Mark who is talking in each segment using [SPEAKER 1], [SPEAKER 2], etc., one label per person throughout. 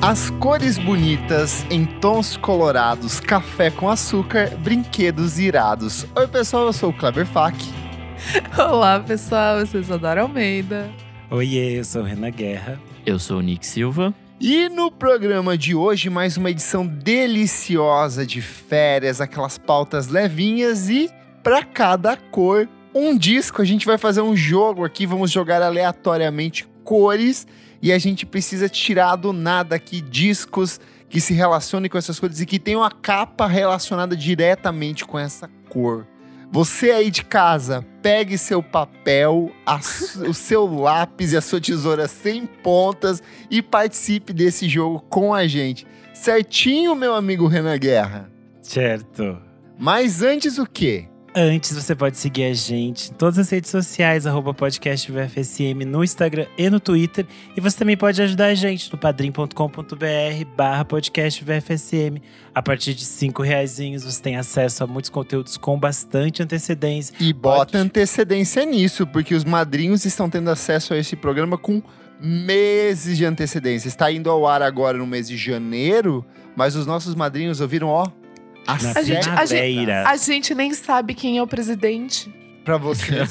[SPEAKER 1] As cores bonitas em tons colorados, café com açúcar, brinquedos irados. Oi, pessoal, eu sou o Kleber Fak.
[SPEAKER 2] Olá, pessoal, eu sou Isadora Almeida.
[SPEAKER 3] Oiê, eu sou Renan Guerra.
[SPEAKER 4] Eu sou o Nick Silva.
[SPEAKER 1] E no programa de hoje, mais uma edição deliciosa de férias, aquelas pautas levinhas e para cada cor um disco. A gente vai fazer um jogo aqui, vamos jogar aleatoriamente cores e a gente precisa tirar do nada aqui discos que se relacionem com essas cores e que tenham a capa relacionada diretamente com essa cor. Você aí de casa, pegue seu papel, su- o seu lápis e a sua tesoura sem pontas e participe desse jogo com a gente. Certinho, meu amigo Renan Guerra?
[SPEAKER 3] Certo.
[SPEAKER 1] Mas antes o quê?
[SPEAKER 3] Antes, você pode seguir a gente em todas as redes sociais, arroba podcast VFSM, no Instagram e no Twitter. E você também pode ajudar a gente no padrim.com.br barra podcast VFSM. A partir de cinco reaisinhos, você tem acesso a muitos conteúdos com bastante antecedência.
[SPEAKER 1] E bota
[SPEAKER 3] Pode.
[SPEAKER 1] antecedência nisso, porque os madrinhos estão tendo acesso a esse programa com meses de antecedência. Está indo ao ar agora no mês de janeiro, mas os nossos madrinhos ouviram, ó, a
[SPEAKER 3] Na
[SPEAKER 2] gente-
[SPEAKER 1] gente,
[SPEAKER 2] a gente-
[SPEAKER 3] primavera.
[SPEAKER 2] A gente nem sabe quem é o presidente.
[SPEAKER 1] pra vocês.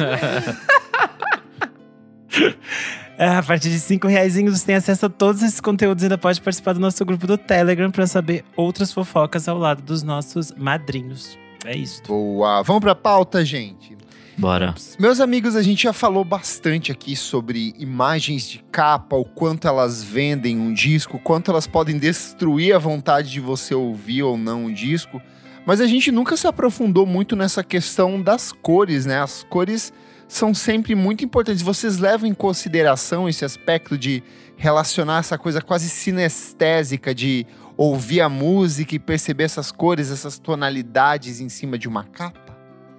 [SPEAKER 3] É, A partir de cinco reaisinhos, você tem acesso a todos esses conteúdos e ainda pode participar do nosso grupo do Telegram para saber outras fofocas ao lado dos nossos madrinhos. É isso.
[SPEAKER 1] Boa, vamos pra pauta, gente.
[SPEAKER 4] Bora.
[SPEAKER 1] Meus amigos, a gente já falou bastante aqui sobre imagens de capa, o quanto elas vendem um disco, o quanto elas podem destruir a vontade de você ouvir ou não um disco. Mas a gente nunca se aprofundou muito nessa questão das cores, né? As cores são sempre muito importantes. Vocês levam em consideração esse aspecto de relacionar essa coisa quase sinestésica de ouvir a música e perceber essas cores, essas tonalidades em cima de uma capa?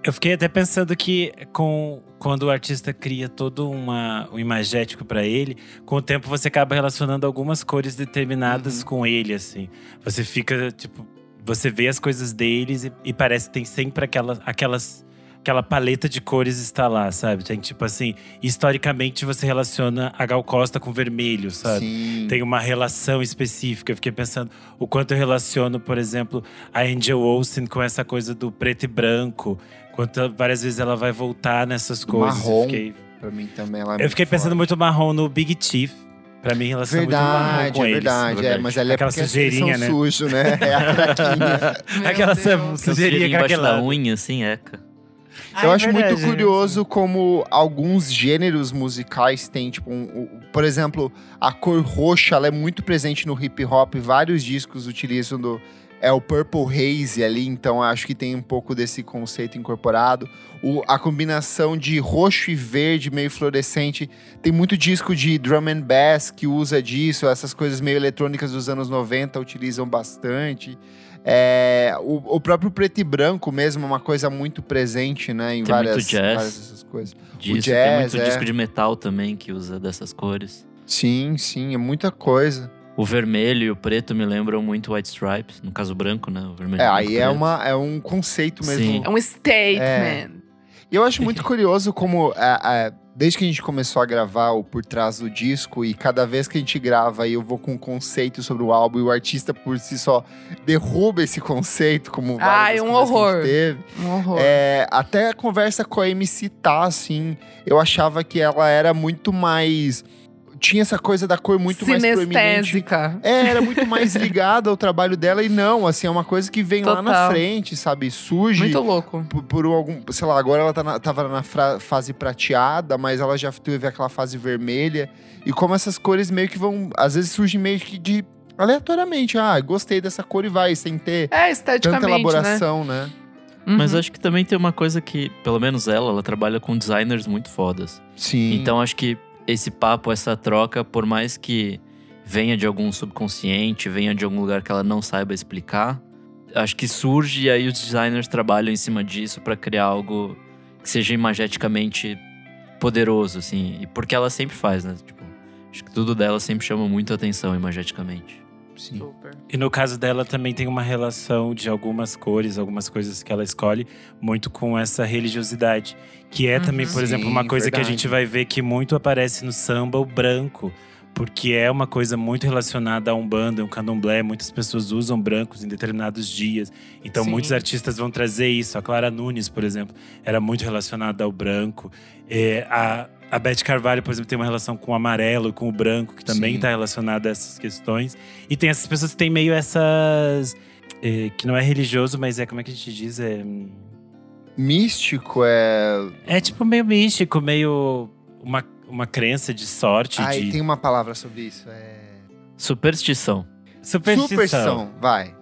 [SPEAKER 3] Eu fiquei até pensando que com quando o artista cria todo uma, um imagético pra ele, com o tempo você acaba relacionando algumas cores determinadas
[SPEAKER 1] Uhum.
[SPEAKER 3] com ele, assim. Você fica, tipo, você vê as coisas deles e, e parece que tem sempre aquela, aquelas, aquela paleta de cores está lá, sabe? Tem tipo assim, historicamente você relaciona a Gal Costa com vermelho, sabe?
[SPEAKER 1] Sim.
[SPEAKER 3] tem uma relação específica. Eu fiquei pensando o quanto eu relaciono, por exemplo, a Angel Olsen com essa coisa do preto e branco. Quanto várias vezes ela vai voltar nessas
[SPEAKER 1] Do
[SPEAKER 3] coisas.
[SPEAKER 1] marrom.
[SPEAKER 3] Eu fiquei,
[SPEAKER 1] Pra mim também ela é
[SPEAKER 3] eu fiquei
[SPEAKER 1] muito
[SPEAKER 3] pensando
[SPEAKER 1] forte.
[SPEAKER 3] muito marrom no Big Chief. Pra mim, relação muito marrom
[SPEAKER 1] Verdade,
[SPEAKER 3] com
[SPEAKER 1] é
[SPEAKER 3] eles.
[SPEAKER 1] verdade,
[SPEAKER 3] na
[SPEAKER 1] é, mas ela é
[SPEAKER 3] Aquela
[SPEAKER 1] porque
[SPEAKER 3] sujeirinha,
[SPEAKER 1] eles
[SPEAKER 3] né?
[SPEAKER 1] são sujo, né? É a craquinha.
[SPEAKER 2] Meu
[SPEAKER 3] Aquela
[SPEAKER 2] Deus.
[SPEAKER 4] Eu
[SPEAKER 3] sujeirinha
[SPEAKER 4] embaixo da
[SPEAKER 3] craquelada.
[SPEAKER 4] unha, assim, eca.
[SPEAKER 3] Ah,
[SPEAKER 1] Eu
[SPEAKER 3] é
[SPEAKER 1] acho muito
[SPEAKER 3] verdade, né?
[SPEAKER 1] curioso como alguns gêneros musicais têm, tipo, um- um- por exemplo, a cor roxa, ela é muito presente no hip hop, vários discos utilizam do é o purple haze ali, então eu acho que tem um pouco desse conceito incorporado. O- a combinação de roxo e verde meio fluorescente, tem muito disco de drum and bass que usa disso, essas coisas meio eletrônicas dos anos 90 utilizam bastante. É, o, o próprio preto e branco mesmo é uma coisa muito presente, né? Em
[SPEAKER 4] Tem
[SPEAKER 1] várias,
[SPEAKER 4] muito jazz.
[SPEAKER 1] várias dessas coisas.
[SPEAKER 4] Disco. Tem
[SPEAKER 1] jazz,
[SPEAKER 4] muito
[SPEAKER 1] é.
[SPEAKER 4] disco de metal também que usa dessas cores.
[SPEAKER 1] Sim, sim, é muita coisa.
[SPEAKER 4] O vermelho e o preto me lembram muito White Stripes. No caso, branco, né? O vermelho
[SPEAKER 1] É,
[SPEAKER 4] branco,
[SPEAKER 1] aí é,
[SPEAKER 4] preto.
[SPEAKER 1] uma, é um conceito mesmo.
[SPEAKER 4] Sim.
[SPEAKER 2] É um statement.
[SPEAKER 1] E eu acho muito curioso como, a- a- desde que a gente começou a gravar o Por Trás do Disco, e cada vez que a gente grava, eu vou com um conceito sobre o álbum, e o artista por si só derruba esse conceito, como várias
[SPEAKER 2] Ai, um
[SPEAKER 1] conversas que a gente
[SPEAKER 2] horror.
[SPEAKER 1] teve.
[SPEAKER 2] Um horror.
[SPEAKER 1] É, até a conversa com a MC Tá, assim, eu achava que ela era muito mais. Tinha essa coisa da cor muito mais proeminente.
[SPEAKER 2] Sinestésica.
[SPEAKER 1] É, era muito mais ligada ao trabalho dela e não, assim, é uma coisa que vem lá na
[SPEAKER 2] Total.
[SPEAKER 1] frente, sabe? Surge
[SPEAKER 2] Muito louco.
[SPEAKER 1] por, por algum. Sei lá, agora ela tá na- tava na fra- fase prateada, mas ela já teve aquela fase vermelha. E como essas cores meio que vão. Às vezes surgem meio que de. aleatoriamente. Ah, gostei dessa cor e vai, sem ter
[SPEAKER 2] É,
[SPEAKER 1] tanta
[SPEAKER 2] esteticamente, né?
[SPEAKER 1] elaboração, né?
[SPEAKER 2] Uhum.
[SPEAKER 4] Mas acho que também tem uma coisa que, pelo menos ela, ela trabalha com designers muito fodas.
[SPEAKER 1] Sim.
[SPEAKER 4] Então acho que esse papo, essa troca, por mais que venha de algum subconsciente, venha de algum lugar que ela não saiba explicar, acho que surge e aí os designers trabalham em cima disso pra criar algo que seja imageticamente poderoso, assim. E porque ela sempre faz, né? Tipo, acho que tudo dela sempre chama muito atenção imageticamente.
[SPEAKER 1] Sim.
[SPEAKER 2] Super.
[SPEAKER 3] E no caso dela também tem uma relação de algumas cores, algumas coisas que ela escolhe, muito com essa religiosidade. Que é também,
[SPEAKER 2] Uhum.
[SPEAKER 3] por exemplo, uma
[SPEAKER 1] Sim,
[SPEAKER 3] coisa que a
[SPEAKER 1] verdade.
[SPEAKER 3] gente vai ver que muito aparece no samba, o branco. Porque é uma coisa muito relacionada a Umbanda, um candomblé. Muitas pessoas usam brancos em determinados dias. Então
[SPEAKER 2] Sim.
[SPEAKER 3] muitos artistas vão trazer isso. A Clara Nunes, por exemplo, era muito relacionada ao branco. É, a, a Beth Carvalho, por exemplo, tem uma relação com o amarelo, com o branco, que também
[SPEAKER 1] Sim.
[SPEAKER 3] está relacionada a essas questões. E tem essas pessoas que têm meio essas. é, que não é religioso, mas é como é que a gente diz? É,
[SPEAKER 1] Místico é.
[SPEAKER 3] é tipo meio místico, meio uma, uma crença de sorte.
[SPEAKER 1] Ai,
[SPEAKER 3] de
[SPEAKER 1] tem uma palavra sobre isso. É.
[SPEAKER 4] Superstição.
[SPEAKER 3] superstição.
[SPEAKER 1] Superstição. Vai.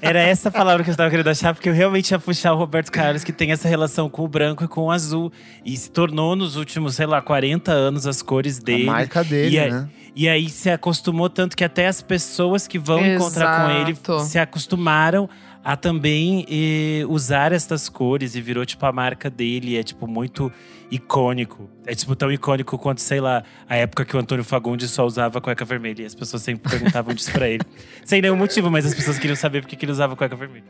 [SPEAKER 3] Era essa palavra que eu estava querendo achar, porque eu realmente ia puxar o Roberto Carlos, que tem essa relação com o branco e com o azul. E se tornou nos últimos, sei lá, 40 anos as cores dele.
[SPEAKER 1] A marca dele,
[SPEAKER 3] E é aí-
[SPEAKER 1] né?
[SPEAKER 3] E aí se acostumou tanto que até as pessoas que vão encontrar com
[SPEAKER 2] Exato.
[SPEAKER 3] ele se acostumaram a também eh, usar estas cores e virou tipo a marca dele. É tipo muito icônico. É tipo tão icônico quanto, sei lá, a época que o Antônio Fagundes só usava cueca vermelha. E as pessoas sempre perguntavam disso pra ele. Sem nenhum motivo, mas as pessoas queriam saber por que que ele usava cueca vermelha.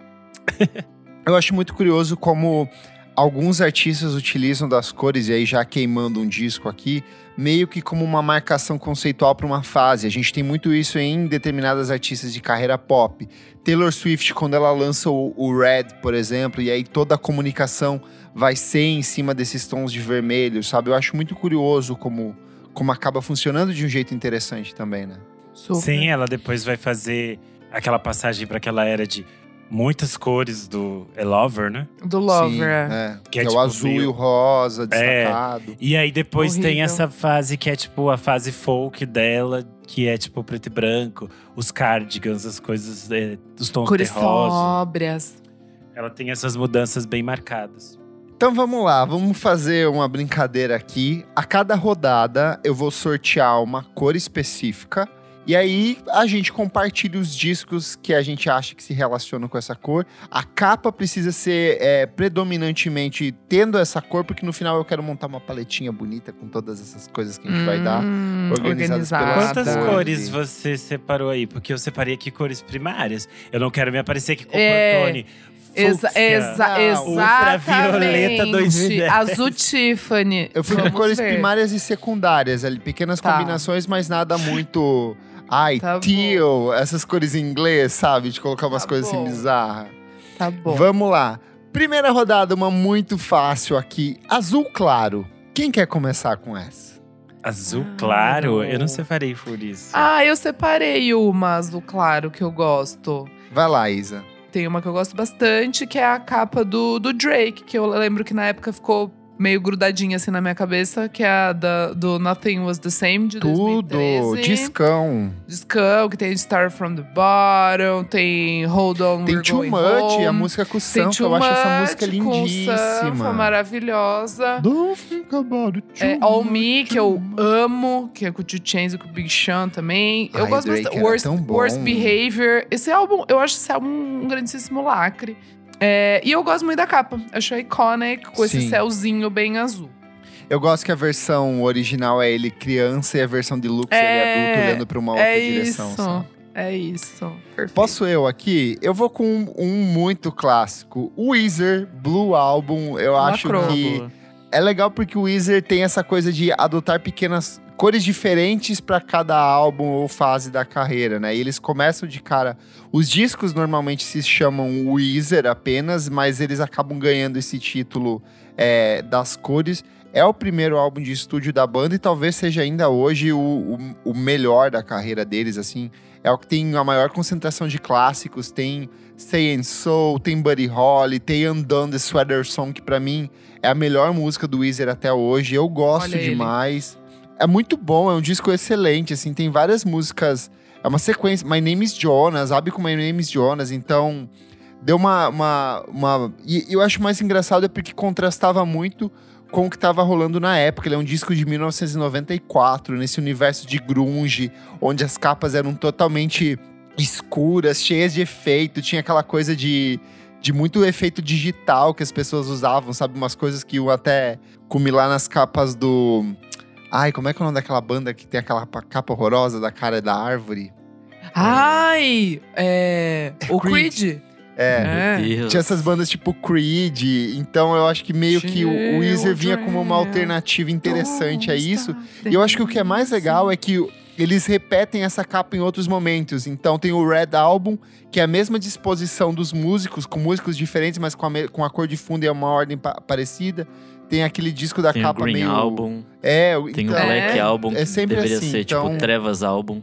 [SPEAKER 1] Eu acho muito curioso como alguns artistas utilizam das cores, e aí já queimando um disco aqui, meio que como uma marcação conceitual para uma fase. A gente tem muito isso em determinadas artistas de carreira pop. Taylor Swift, quando ela lança o, o Red, por exemplo, e aí toda a comunicação vai ser em cima desses tons de vermelho, sabe? Eu acho muito curioso como, como acaba funcionando de um jeito interessante também, né?
[SPEAKER 2] Super.
[SPEAKER 3] Sim, ela depois vai fazer aquela passagem pra aquela era de muitas cores do A Lover, né?
[SPEAKER 2] Do
[SPEAKER 1] Sim,
[SPEAKER 2] Lover. é.
[SPEAKER 1] é.
[SPEAKER 3] Que
[SPEAKER 1] Que
[SPEAKER 3] é
[SPEAKER 1] é,
[SPEAKER 3] tipo
[SPEAKER 1] o azul
[SPEAKER 3] meio-
[SPEAKER 1] e o rosa,
[SPEAKER 3] É.
[SPEAKER 1] destacado.
[SPEAKER 3] E aí depois tem
[SPEAKER 2] Horrível.
[SPEAKER 3] essa fase que é tipo a fase folk dela, que é tipo preto e branco, os cardigans, as coisas, é, os tons
[SPEAKER 2] Cores
[SPEAKER 3] terrosos.
[SPEAKER 2] sóbrias.
[SPEAKER 3] Ela tem essas mudanças bem marcadas.
[SPEAKER 1] Então vamos lá, vamos fazer uma brincadeira aqui. A cada rodada eu vou sortear uma cor específica e aí a gente compartilha os discos que a gente acha que se relacionam com essa cor. A capa precisa ser é, predominantemente tendo essa cor, porque no final eu quero montar uma paletinha bonita com todas essas coisas que a gente vai dar.
[SPEAKER 2] Hum,
[SPEAKER 1] organizadas pela- Ah,
[SPEAKER 3] Quantas
[SPEAKER 1] tá.
[SPEAKER 3] cores você separou aí? Porque eu separei aqui cores primárias. Eu não quero me aparecer aqui com
[SPEAKER 2] É.
[SPEAKER 3] o Pantone.
[SPEAKER 2] Exa
[SPEAKER 3] fúcsia.
[SPEAKER 2] exa
[SPEAKER 1] Ah,
[SPEAKER 3] ultravioleta
[SPEAKER 2] exatamente.
[SPEAKER 3] 2010.
[SPEAKER 2] Azul Tiffany.
[SPEAKER 1] Eu fui com
[SPEAKER 2] Vamos
[SPEAKER 1] cores
[SPEAKER 2] ver.
[SPEAKER 1] primárias e secundárias, ali, pequenas
[SPEAKER 2] Tá.
[SPEAKER 1] combinações, mas nada muito. Ai,
[SPEAKER 2] Tá bom.
[SPEAKER 1] teal, essas cores em inglês, sabe? De colocar umas
[SPEAKER 2] Tá
[SPEAKER 1] coisas assim
[SPEAKER 2] bom.
[SPEAKER 1] bizarras.
[SPEAKER 2] Tá bom.
[SPEAKER 1] Vamos lá. Primeira rodada, uma muito fácil aqui. Azul claro. Quem quer começar com essa?
[SPEAKER 3] Azul
[SPEAKER 2] Ah,
[SPEAKER 3] claro.
[SPEAKER 2] não.
[SPEAKER 3] Eu não separei por isso.
[SPEAKER 2] Ah, eu separei uma azul claro que eu gosto.
[SPEAKER 1] Vai lá, Isa.
[SPEAKER 2] Tem uma que eu gosto bastante, que é a capa do, do Drake, que eu lembro que na época ficou meio grudadinha assim na minha cabeça, que é a da, do Nothing Was The Same, de
[SPEAKER 1] Tudo.
[SPEAKER 2] 2013.
[SPEAKER 1] Discão.
[SPEAKER 2] Discão, que tem Star From The Bottom, tem Hold On,
[SPEAKER 1] Tem
[SPEAKER 2] We're
[SPEAKER 1] Too
[SPEAKER 2] Going
[SPEAKER 1] Much,
[SPEAKER 2] Home.
[SPEAKER 1] a música com
[SPEAKER 2] Tem
[SPEAKER 1] sampa.
[SPEAKER 2] Too
[SPEAKER 1] Eu acho essa
[SPEAKER 2] Much
[SPEAKER 1] música
[SPEAKER 2] com
[SPEAKER 1] lindíssima.
[SPEAKER 2] Sanfa, maravilhosa.
[SPEAKER 1] Don't think about it too
[SPEAKER 2] É, All
[SPEAKER 1] much,
[SPEAKER 2] Me, que
[SPEAKER 1] too
[SPEAKER 2] eu
[SPEAKER 1] much.
[SPEAKER 2] amo, que é com o Two Chainz e com o Big Sean também. Eu
[SPEAKER 1] Ai,
[SPEAKER 2] gosto
[SPEAKER 1] Drake
[SPEAKER 2] bastante.
[SPEAKER 1] era
[SPEAKER 2] Worst,
[SPEAKER 1] tão bom.
[SPEAKER 2] Worst Behavior. Esse álbum, eu acho esse álbum um grandíssimo lacre. É, e eu gosto muito da capa. Acho iconic, com esse
[SPEAKER 1] Sim.
[SPEAKER 2] céuzinho bem azul.
[SPEAKER 1] Eu gosto que a versão original é ele criança e a versão deluxe
[SPEAKER 2] É,
[SPEAKER 1] ele adulto olhando pra uma outra
[SPEAKER 2] é
[SPEAKER 1] direção.
[SPEAKER 2] isso.
[SPEAKER 1] sabe?
[SPEAKER 2] É isso. Perfeito.
[SPEAKER 1] Posso eu aqui? Eu vou com um, um muito clássico. Weezer, Blue Album. Eu acho
[SPEAKER 2] Lacrou.
[SPEAKER 1] que É legal porque o Weezer tem essa coisa de adotar pequenas cores diferentes para cada álbum ou fase da carreira, né? E eles começam de cara. Os discos normalmente se chamam Weezer apenas, mas eles acabam ganhando esse título é, das cores. É o primeiro álbum de estúdio da banda e talvez seja ainda hoje o, o- o melhor da carreira deles, assim. É o que tem a maior concentração de clássicos, tem Say and Soul, tem Buddy Holly, tem Undone the Sweater Song, que pra mim é a melhor música do Weezer até hoje. Eu gosto
[SPEAKER 2] Olha ele.
[SPEAKER 1] demais. É muito bom, é um disco excelente, assim, tem várias músicas. É uma sequência. My Name is Jonas, abre com My Name is Jonas, então. Deu uma. uma, uma- E eu acho mais engraçado é porque contrastava muito com o que tava rolando na época. Ele é um disco de 1994, nesse universo de grunge, onde as capas eram totalmente escuras, cheias de efeito, tinha aquela coisa de, de muito efeito digital que as pessoas usavam, sabe? Umas coisas que iam até cumilar nas capas do. Ai, como é que é o nome daquela banda que tem aquela pa- capa horrorosa da cara da árvore?
[SPEAKER 2] Ai! É. O
[SPEAKER 1] Creed.
[SPEAKER 2] Creed.
[SPEAKER 1] É.
[SPEAKER 2] É.
[SPEAKER 4] Meu Deus.
[SPEAKER 1] Tinha essas bandas tipo Creed, então eu acho que meio que o o Weezer vinha como uma alternativa interessante a isso. E eu acho que o que é mais legal é que eles repetem essa capa em outros momentos. Então tem o Red Album, que é a mesma disposição dos músicos, com músicos diferentes, mas com a, me- com a cor de fundo é uma ordem pa- parecida. Tem aquele disco da
[SPEAKER 4] Tem o
[SPEAKER 1] capa
[SPEAKER 4] Green
[SPEAKER 1] meio.
[SPEAKER 4] Album,
[SPEAKER 1] É, o-
[SPEAKER 4] tem o
[SPEAKER 1] então,
[SPEAKER 4] Black
[SPEAKER 2] é,
[SPEAKER 4] Album,
[SPEAKER 1] é
[SPEAKER 4] que
[SPEAKER 1] sempre
[SPEAKER 4] deveria
[SPEAKER 1] assim,
[SPEAKER 4] ser
[SPEAKER 1] então-
[SPEAKER 4] tipo Trevas Album.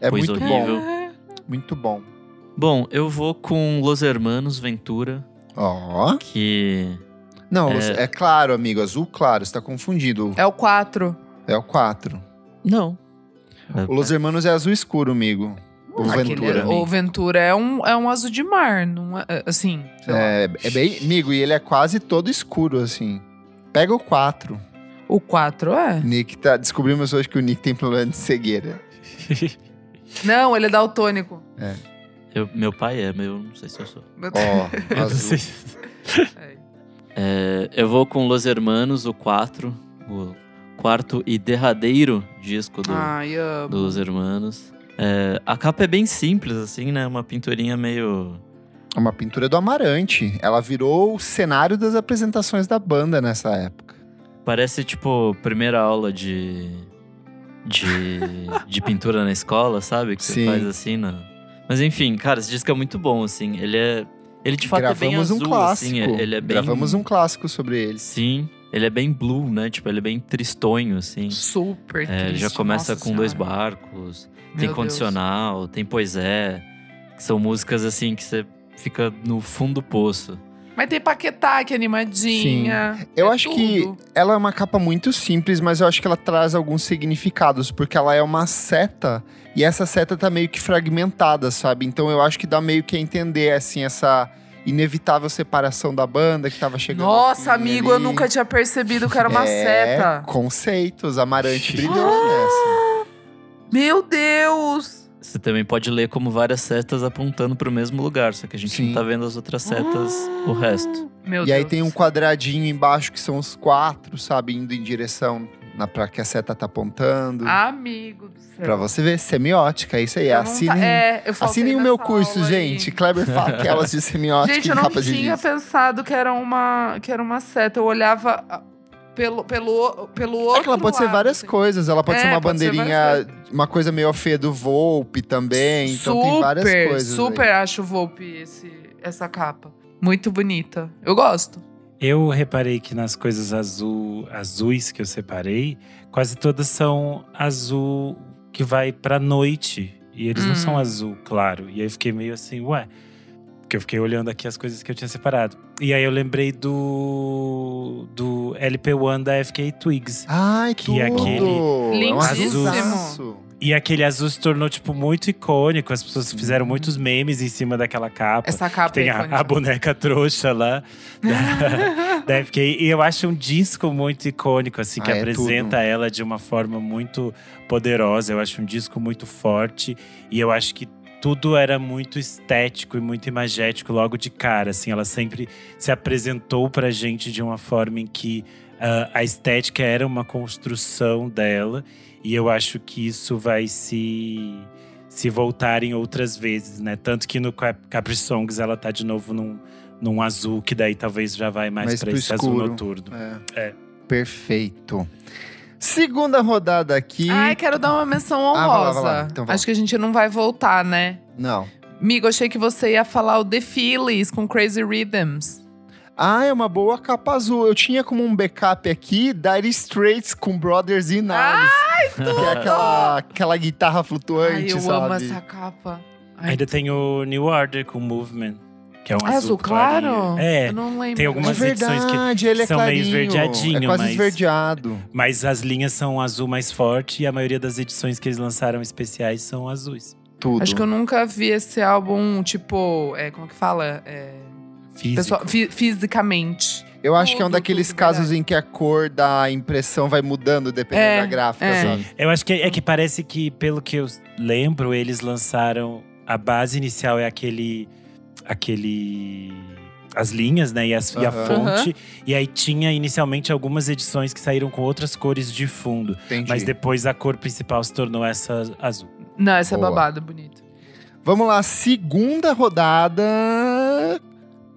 [SPEAKER 1] é
[SPEAKER 4] Coisa
[SPEAKER 1] muito bom,
[SPEAKER 4] horrível.
[SPEAKER 1] muito bom.
[SPEAKER 4] Bom, eu vou com Los Hermanos Ventura,
[SPEAKER 1] Ó.
[SPEAKER 4] que
[SPEAKER 1] Não,
[SPEAKER 4] É.
[SPEAKER 1] é... claro, amigo, azul claro, você tá confundido.
[SPEAKER 2] É o 4.
[SPEAKER 1] É o 4.
[SPEAKER 4] Não.
[SPEAKER 1] O Los Hermanos é azul escuro, amigo. O Ventura.
[SPEAKER 2] O Ventura é um, é um azul de mar, não é, é, assim. sei lá.
[SPEAKER 1] É, é bem. Amigo, e ele é quase todo escuro, assim. Pega o 4.
[SPEAKER 2] O 4 é.
[SPEAKER 1] Nick tá. Descobrimos hoje que o Nick tem problema de cegueira.
[SPEAKER 2] Não, ele é daltônico.
[SPEAKER 4] Eu- meu pai é, meu, não sei se eu sou.
[SPEAKER 1] Ó,
[SPEAKER 3] Eu não
[SPEAKER 1] azul.
[SPEAKER 3] sei.
[SPEAKER 2] É.
[SPEAKER 4] É, eu vou com Los Hermanos, o 4, o quarto e derradeiro disco do,
[SPEAKER 1] Ah,
[SPEAKER 2] Ai, amo.
[SPEAKER 4] dos Hermanos. É, a capa é bem simples, assim, né? Uma pinturinha meio.
[SPEAKER 1] É uma pintura do Amarante. Ela virou o cenário das apresentações da banda nessa época.
[SPEAKER 4] Parece tipo primeira aula de. de, de pintura na escola, sabe? Que você
[SPEAKER 1] Sim.
[SPEAKER 4] faz assim, na... Mas enfim, cara, esse disco é muito bom, assim. Ele é. Ele de fato é bem
[SPEAKER 1] Gravamos
[SPEAKER 4] azul,
[SPEAKER 1] um clássico.
[SPEAKER 4] assim. é- Ele é bem.
[SPEAKER 1] Gravamos um clássico sobre eles.
[SPEAKER 4] Sim. Ele é bem blue, né? Tipo, ele é bem tristonho, assim.
[SPEAKER 2] Super
[SPEAKER 4] É,
[SPEAKER 2] triste,
[SPEAKER 4] já começa
[SPEAKER 2] nossa
[SPEAKER 4] com dois
[SPEAKER 2] senhora.
[SPEAKER 4] barcos.
[SPEAKER 2] Meu
[SPEAKER 4] tem
[SPEAKER 2] Deus.
[SPEAKER 4] condicional, tem pois é, que são músicas assim que você fica no fundo do poço.
[SPEAKER 2] Mas tem Paquetá, que é animadinha.
[SPEAKER 1] Eu
[SPEAKER 2] É
[SPEAKER 1] acho que
[SPEAKER 2] tudo.
[SPEAKER 1] ela é uma capa muito simples, mas eu acho que ela traz alguns significados, porque ela é uma seta e essa seta tá meio que fragmentada, sabe? Então eu acho que dá meio que a entender, assim, essa inevitável separação da banda que tava chegando. ao fim
[SPEAKER 2] Nossa, amigo, eu
[SPEAKER 1] ali.
[SPEAKER 2] nunca tinha percebido que era uma
[SPEAKER 1] É,
[SPEAKER 2] seta.
[SPEAKER 1] Conceitos, Amarante brilhou
[SPEAKER 2] Ah,
[SPEAKER 1] nessa.
[SPEAKER 2] Meu Deus!
[SPEAKER 4] Você também pode ler como várias setas apontando para o mesmo lugar, só que a gente
[SPEAKER 1] Sim.
[SPEAKER 4] não tá vendo as outras setas, o
[SPEAKER 2] Ah.
[SPEAKER 4] resto.
[SPEAKER 2] Meu
[SPEAKER 1] E aí
[SPEAKER 2] Deus.
[SPEAKER 1] tem um quadradinho embaixo que são os quatro, sabe, indo em direção na, pra que a seta tá apontando.
[SPEAKER 2] Amigo do céu.
[SPEAKER 1] Pra você ver, semiótica, é isso aí.
[SPEAKER 2] Ah, Eu não
[SPEAKER 1] Assinem,
[SPEAKER 2] tá- é, eu faltei
[SPEAKER 1] assinem o meu
[SPEAKER 2] nessa
[SPEAKER 1] curso,
[SPEAKER 2] aula aí.
[SPEAKER 1] gente. Kleber Faquelas de semiótica
[SPEAKER 2] Gente,
[SPEAKER 1] em
[SPEAKER 2] eu não
[SPEAKER 1] capa de
[SPEAKER 2] tinha
[SPEAKER 1] disco.
[SPEAKER 2] pensado que era uma, que era uma seta. Eu olhava ah, pelo, pelo, pelo outro
[SPEAKER 1] É que ela pode ser
[SPEAKER 2] lado,
[SPEAKER 1] várias
[SPEAKER 2] assim.
[SPEAKER 1] coisas. Ela pode
[SPEAKER 2] É,
[SPEAKER 1] ser uma
[SPEAKER 2] pode ser
[SPEAKER 1] bandeirinha,
[SPEAKER 2] várias
[SPEAKER 1] uma coisa meio feia do Volpe também. Então tem várias
[SPEAKER 2] Super,
[SPEAKER 1] coisas.
[SPEAKER 2] Super
[SPEAKER 1] aí.
[SPEAKER 2] acho o Volpe esse, essa capa. Muito bonita. Eu gosto.
[SPEAKER 3] Eu reparei que nas coisas azul, azuis que eu separei, quase todas são azul que vai pra noite. E eles
[SPEAKER 2] Hum.
[SPEAKER 3] não são azul, claro. E aí eu fiquei meio assim, ué. Porque eu fiquei olhando aqui as coisas que eu tinha separado. E aí eu lembrei do, do LP1 da FK Twigs.
[SPEAKER 1] Ai,
[SPEAKER 3] Que
[SPEAKER 1] tudo!
[SPEAKER 3] aquele-
[SPEAKER 1] É um
[SPEAKER 3] Lindíssimo.
[SPEAKER 1] azulzaço.
[SPEAKER 3] E aquele azul se tornou, tipo, muito icônico. As pessoas fizeram muitos memes em cima daquela capa.
[SPEAKER 2] Uhum. Essa capa
[SPEAKER 3] Tem
[SPEAKER 2] é
[SPEAKER 3] a,
[SPEAKER 2] icônica.
[SPEAKER 3] a boneca trouxa lá. da FK. E eu acho um disco muito icônico, assim, que
[SPEAKER 1] Ah, é
[SPEAKER 3] apresenta ela de uma forma muito poderosa. Eu acho um disco muito forte. E eu acho que tudo era muito estético e muito imagético logo de cara, assim. Ela sempre se apresentou pra gente de uma forma em que ah, a estética era uma construção dela. E eu acho que isso vai se se voltar em outras vezes, né? Tanto que no Cap- Capri Songs ela tá de novo num, num azul, que daí talvez já vai mais,
[SPEAKER 1] Mais
[SPEAKER 3] pra
[SPEAKER 1] pro
[SPEAKER 3] esse azul
[SPEAKER 1] escuro.
[SPEAKER 3] noturno.
[SPEAKER 1] É.
[SPEAKER 3] É.
[SPEAKER 1] Perfeito. Segunda rodada aqui.
[SPEAKER 2] Ai, quero dar uma menção honrosa.
[SPEAKER 1] Ah, vai lá, vai lá. Então vai.
[SPEAKER 2] Acho que a gente não vai voltar, né?
[SPEAKER 1] Não.
[SPEAKER 2] Migo, achei que você ia falar o The Phillies com Crazy Rhythms.
[SPEAKER 1] Ah, é uma boa capa azul. Eu tinha como um backup aqui Dire Straits com Brothers in Arms. que é aquela, aquela guitarra
[SPEAKER 2] Ai,
[SPEAKER 1] flutuante,
[SPEAKER 2] eu
[SPEAKER 1] sabe?
[SPEAKER 2] amo essa capa.
[SPEAKER 1] É.
[SPEAKER 2] Ai,
[SPEAKER 3] Ainda tem o New Order com Movement, que é um
[SPEAKER 2] é
[SPEAKER 3] azul,
[SPEAKER 2] azul claro?
[SPEAKER 3] clarinho. É,
[SPEAKER 2] Eu não lembro.
[SPEAKER 3] tem
[SPEAKER 1] É
[SPEAKER 3] algumas- umas edições que
[SPEAKER 1] verdade, ele é
[SPEAKER 3] são meio
[SPEAKER 1] clarinho.
[SPEAKER 3] esverdeadinho,
[SPEAKER 1] é quase
[SPEAKER 3] mas-
[SPEAKER 1] esverdeado.
[SPEAKER 3] mas as linhas são um azul mais forte e a maioria das edições que eles lançaram especiais são azuis.
[SPEAKER 1] Tudo.
[SPEAKER 2] Acho que eu nunca vi esse álbum, tipo, é, como que fala? É,
[SPEAKER 3] Físico.
[SPEAKER 2] pessoal- fi- fisicamente.
[SPEAKER 1] Eu acho que é um
[SPEAKER 2] Tudo,
[SPEAKER 1] daqueles
[SPEAKER 2] tudo,
[SPEAKER 1] casos em que a cor da impressão vai mudando dependendo
[SPEAKER 2] É,
[SPEAKER 1] da gráfica, assim.
[SPEAKER 2] é.
[SPEAKER 1] sabe?
[SPEAKER 3] Eu acho que é que parece que, pelo que eu lembro, eles lançaram. A base inicial é aquele. aquele. As linhas, né? E, as- e a
[SPEAKER 1] Aham.
[SPEAKER 3] fonte. E aí tinha inicialmente algumas edições que saíram com outras cores de fundo.
[SPEAKER 1] Entendi.
[SPEAKER 3] Mas depois a cor principal se tornou essa azul.
[SPEAKER 2] Não, essa é
[SPEAKER 1] Boa.
[SPEAKER 2] babada, bonito.
[SPEAKER 1] Vamos lá, segunda rodada.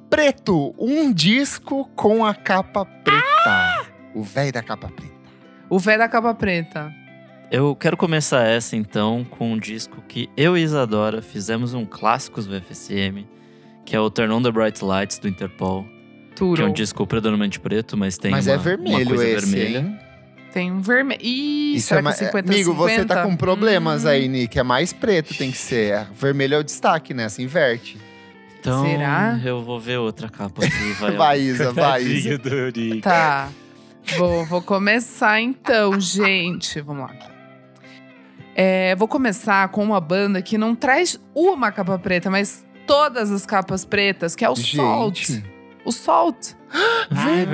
[SPEAKER 1] Preto, um disco com a capa preta. O velho da capa preta.
[SPEAKER 2] O velho da capa preta.
[SPEAKER 4] Eu quero começar essa então com um disco que eu e Isadora fizemos um clássicos VFSM, que é o Turn on the Bright Lights do Interpol, que é
[SPEAKER 2] Turo.
[SPEAKER 4] um disco predominantemente preto, mas tem
[SPEAKER 1] Mas
[SPEAKER 4] uma,
[SPEAKER 1] é
[SPEAKER 4] uma
[SPEAKER 1] vermelho
[SPEAKER 4] coisa
[SPEAKER 1] esse,
[SPEAKER 4] vermelha.
[SPEAKER 1] hein?
[SPEAKER 2] Tem um vermelho. Ih,
[SPEAKER 1] Isso
[SPEAKER 2] será
[SPEAKER 1] é mais.
[SPEAKER 2] que é 50
[SPEAKER 1] Amigo, você tá
[SPEAKER 2] 50?
[SPEAKER 1] com problemas aí,
[SPEAKER 2] Hum,
[SPEAKER 1] Nick. É mais preto, tem que ser. Vermelho é o destaque, né? Se inverte.
[SPEAKER 4] Então,
[SPEAKER 2] Será?
[SPEAKER 4] eu vou ver outra capa aqui, vai.
[SPEAKER 1] Vai, Isa, vai, Isa.
[SPEAKER 3] Tadinho do Eurico.
[SPEAKER 2] Tá. Vou, vou começar então, gente. Vamos lá. É, vou começar com uma banda que não traz uma capa preta, mas todas as capas pretas, que é o Salt. O Salt.
[SPEAKER 3] Ah, é verdade.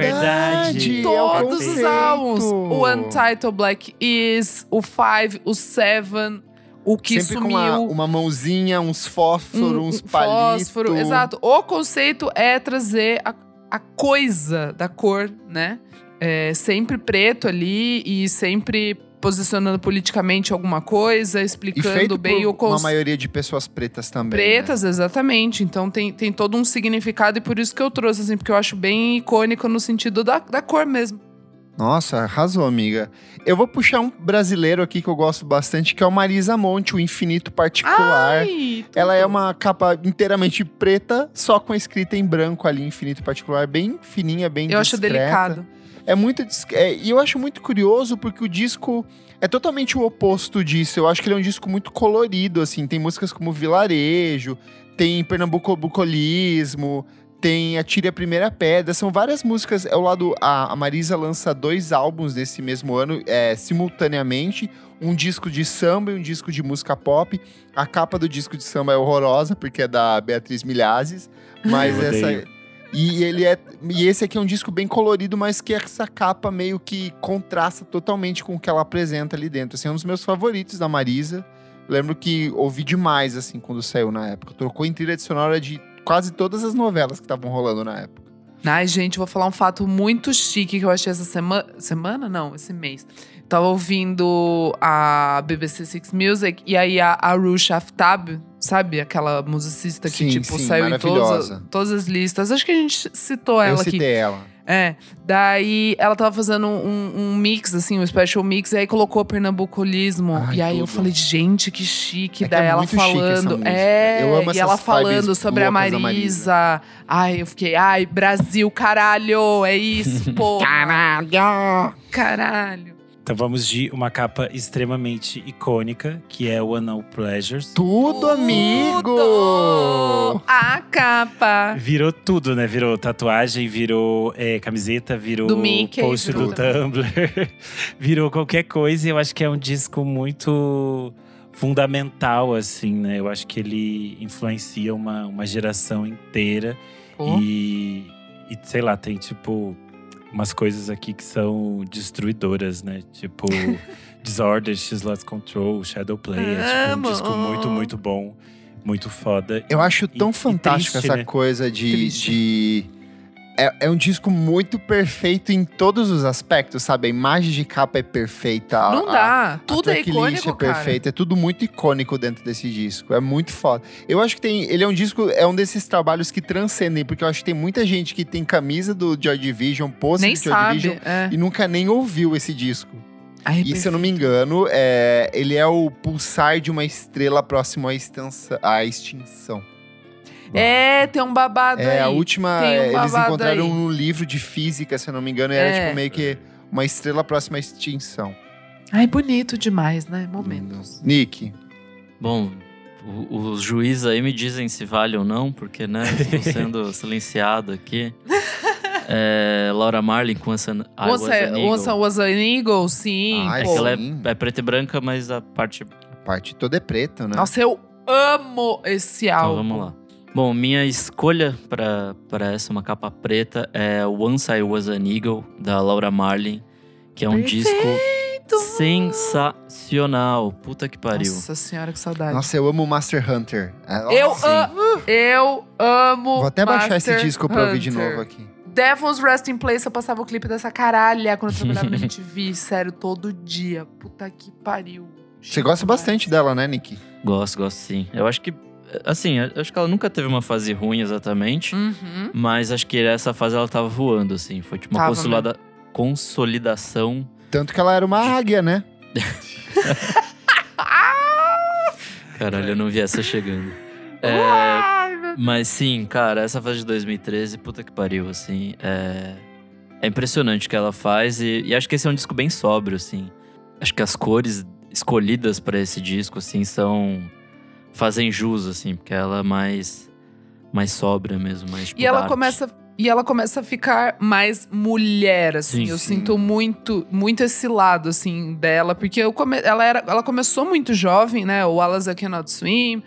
[SPEAKER 1] Verdade. é o
[SPEAKER 2] Todos os
[SPEAKER 1] conceito.
[SPEAKER 2] álbuns. O Untitled Black Is, o Five, o Seven, o que
[SPEAKER 1] Sempre com
[SPEAKER 2] sumiu.
[SPEAKER 1] uma, uma mãozinha, uns fósforos, uns palitos.
[SPEAKER 2] Um, Fósforo, exato. O conceito é trazer a, a coisa da cor, né? É sempre preto ali e sempre posicionando politicamente alguma coisa,
[SPEAKER 1] E feito
[SPEAKER 2] explicando
[SPEAKER 1] bem
[SPEAKER 2] bem
[SPEAKER 1] por
[SPEAKER 2] o
[SPEAKER 1] uma
[SPEAKER 2] conceito.
[SPEAKER 1] maioria de pessoas pretas também. né?
[SPEAKER 2] Pretas, exatamente. Então tem, tem todo um significado e por isso que eu trouxe, assim, porque eu acho bem icônico no sentido da, da cor mesmo.
[SPEAKER 1] né? Nossa, arrasou, amiga. Eu vou puxar um brasileiro aqui que eu gosto bastante, que é o Marisa Monte, o Infinito Particular.
[SPEAKER 2] Ai, tudo.
[SPEAKER 1] Ela é uma capa inteiramente preta, só com a escrita em branco ali, Infinito Particular, bem fininha, bem
[SPEAKER 2] Eu acho
[SPEAKER 1] discreta.
[SPEAKER 2] delicado.
[SPEAKER 1] É muito. dis- é, E eu acho muito curioso porque o disco é totalmente o oposto disso. Eu acho que ele é um disco muito colorido, assim. Tem músicas como Vilarejo, tem Pernambuco Bucolismo, tem Atire a Primeira Pedra. São várias músicas. É o lado. A, a Marisa lança dois álbuns nesse mesmo ano, é, simultaneamente. Um disco de samba e um disco de música pop. A capa do disco de samba é horrorosa, porque é da Beatriz Milhazes. Mas
[SPEAKER 3] Eu
[SPEAKER 1] essa.
[SPEAKER 3] odeio.
[SPEAKER 1] E ele é. E esse aqui é um disco bem colorido, mas que essa capa meio que contrasta totalmente com o que ela apresenta ali dentro. Assim, é um dos meus favoritos da Marisa. Lembro que ouvi demais, assim, quando saiu na época. Trocou em trilha de sonora de quase todas as novelas que estavam rolando na época.
[SPEAKER 2] Ai, gente, vou falar um fato muito chique que eu achei essa semana. Semana? Não, esse mês. Tava ouvindo a BBC Six Music e aí a Arusha Aftab, sabe? Aquela musicista que,
[SPEAKER 1] Sim,
[SPEAKER 2] tipo,
[SPEAKER 1] sim,
[SPEAKER 2] saiu em todas,
[SPEAKER 1] maravilhosa.
[SPEAKER 2] todas as listas. Acho que a gente citou
[SPEAKER 1] eu
[SPEAKER 2] ela
[SPEAKER 1] citei
[SPEAKER 2] aqui.
[SPEAKER 1] ela.
[SPEAKER 2] É. Daí ela tava fazendo um, um mix, assim, um special mix, e aí colocou pernambucolismo.
[SPEAKER 1] Ai,
[SPEAKER 2] e aí eu
[SPEAKER 1] tudo.
[SPEAKER 2] falei, gente, que chique.
[SPEAKER 1] É que
[SPEAKER 2] Daí
[SPEAKER 1] é
[SPEAKER 2] ela
[SPEAKER 1] muito chique essa
[SPEAKER 2] falando.
[SPEAKER 1] música.
[SPEAKER 2] é,
[SPEAKER 1] Eu amo
[SPEAKER 2] e ela
[SPEAKER 1] essas
[SPEAKER 2] falando
[SPEAKER 1] vibes
[SPEAKER 2] sobre a
[SPEAKER 1] loucas da
[SPEAKER 2] Marisa. Ai, eu fiquei, ai, Brasil, caralho, é isso, pô.
[SPEAKER 1] Caralho!
[SPEAKER 2] caralho.
[SPEAKER 3] Então vamos de uma capa extremamente icônica, que é One Now Pleasures.
[SPEAKER 1] Tudo, amigo!
[SPEAKER 2] Tudo! A capa.
[SPEAKER 3] Virou tudo, né? Virou tatuagem, virou é, camiseta, virou
[SPEAKER 2] Do Mickey,
[SPEAKER 3] post
[SPEAKER 2] virou
[SPEAKER 3] do
[SPEAKER 2] tudo.
[SPEAKER 3] Tumblr, virou qualquer coisa. E eu acho que é um disco muito fundamental, assim, né? Eu acho que ele influencia uma, uma geração inteira.
[SPEAKER 2] Pô.
[SPEAKER 3] E, e, sei lá, tem tipo umas coisas aqui que são destruidoras, né? Tipo Disorder, She's Lost Control, Shadowplay. É tipo
[SPEAKER 2] Amo!
[SPEAKER 3] um disco muito, muito bom, muito foda.
[SPEAKER 1] Eu acho tão
[SPEAKER 3] E- e
[SPEAKER 1] fantástica
[SPEAKER 3] triste,
[SPEAKER 1] essa
[SPEAKER 3] né?
[SPEAKER 1] coisa de.
[SPEAKER 2] Triste.
[SPEAKER 1] de- É, é um disco muito perfeito em todos os aspectos, sabe? A imagem de capa é perfeita. a-
[SPEAKER 2] Não
[SPEAKER 1] a-
[SPEAKER 2] dá.
[SPEAKER 1] a
[SPEAKER 2] Tudo é
[SPEAKER 1] tracklist
[SPEAKER 2] icônico,
[SPEAKER 1] é perfeito, é tudo muito icônico dentro desse disco. É muito foda. Eu acho que tem. Ele é um disco, é um desses trabalhos que transcendem, porque eu acho que tem muita gente que tem camisa do Joy Division,
[SPEAKER 2] cara.
[SPEAKER 1] pôster
[SPEAKER 2] Nem
[SPEAKER 1] do Joy
[SPEAKER 2] sabe.
[SPEAKER 1] Division
[SPEAKER 2] É.
[SPEAKER 1] e nunca nem ouviu esse disco.
[SPEAKER 2] Ai,
[SPEAKER 1] E se eu não me engano, é, ele é o pulsar de uma estrela próximo à, extinção- à extinção.
[SPEAKER 2] É, tem um babado aí.
[SPEAKER 1] É, a última.
[SPEAKER 2] Tem um
[SPEAKER 1] é, eles
[SPEAKER 2] babado
[SPEAKER 1] encontraram
[SPEAKER 2] aí.
[SPEAKER 1] um livro de física, se eu não me engano, e era
[SPEAKER 2] É.
[SPEAKER 1] tipo meio que uma estrela próxima à extinção.
[SPEAKER 2] Ai, bonito demais, né? Momentos.
[SPEAKER 1] Nick,
[SPEAKER 4] Bom, o- os juízes aí me dizem se vale ou não, porque, né, estou sendo silenciado aqui. É, Laura Marlin com essa.
[SPEAKER 2] Onça, onça was an eagle, sim.
[SPEAKER 1] Ai,
[SPEAKER 4] É
[SPEAKER 2] pô.
[SPEAKER 4] que ela é,
[SPEAKER 1] Sim.
[SPEAKER 4] é preta e branca, mas a parte. Então
[SPEAKER 1] a parte toda é preta, né?
[SPEAKER 2] Nossa, eu amo esse álbum.
[SPEAKER 4] Então, vamos lá. Bom, minha escolha pra pra essa, uma capa preta, é Once I Was an Eagle, da Laura Marlin, que é um
[SPEAKER 2] Perfeito!
[SPEAKER 4] disco sensacional. Puta que pariu.
[SPEAKER 2] Nossa senhora, que saudade.
[SPEAKER 1] Nossa, eu amo o Master Hunter. É, nossa,
[SPEAKER 2] eu,
[SPEAKER 1] sim.
[SPEAKER 2] a- eu amo.
[SPEAKER 1] Vou até baixar esse
[SPEAKER 2] Master
[SPEAKER 1] disco pra ouvir de
[SPEAKER 2] Hunter.
[SPEAKER 1] novo aqui.
[SPEAKER 2] Devil's Rest in Place, eu passava o clipe dessa caralha quando eu trabalhava na MTV, sério, todo dia. Puta que pariu.
[SPEAKER 1] Você gosta bastante dela, né, Nick?
[SPEAKER 4] Gosto, gosto sim. Eu acho que Assim, a- acho que ela nunca teve uma fase ruim exatamente.
[SPEAKER 2] Uhum.
[SPEAKER 4] Mas acho que essa fase ela tava voando, assim. Foi tipo uma
[SPEAKER 2] Tava né?
[SPEAKER 4] consolada- consolidação.
[SPEAKER 1] Tanto que ela era uma águia, né?
[SPEAKER 4] Caralho, eu não vi essa chegando. É,
[SPEAKER 2] Ai, meu
[SPEAKER 4] Mas sim, cara, essa fase de 2013, puta que pariu, assim. É, é impressionante o que ela faz e, e acho que esse é um disco bem sóbrio, assim. Acho que as cores escolhidas pra esse disco, assim, são. fazem jus, assim, porque ela é mais. mais sóbria mesmo, mais. tipo,
[SPEAKER 2] E ela
[SPEAKER 4] dark.
[SPEAKER 2] começa e ela começa a ficar mais mulher assim.
[SPEAKER 4] Sim,
[SPEAKER 2] eu
[SPEAKER 4] sim.
[SPEAKER 2] sinto muito muito esse lado assim dela, porque eu come- ela era ela começou muito jovem, né? O Alas I Cannot Swim,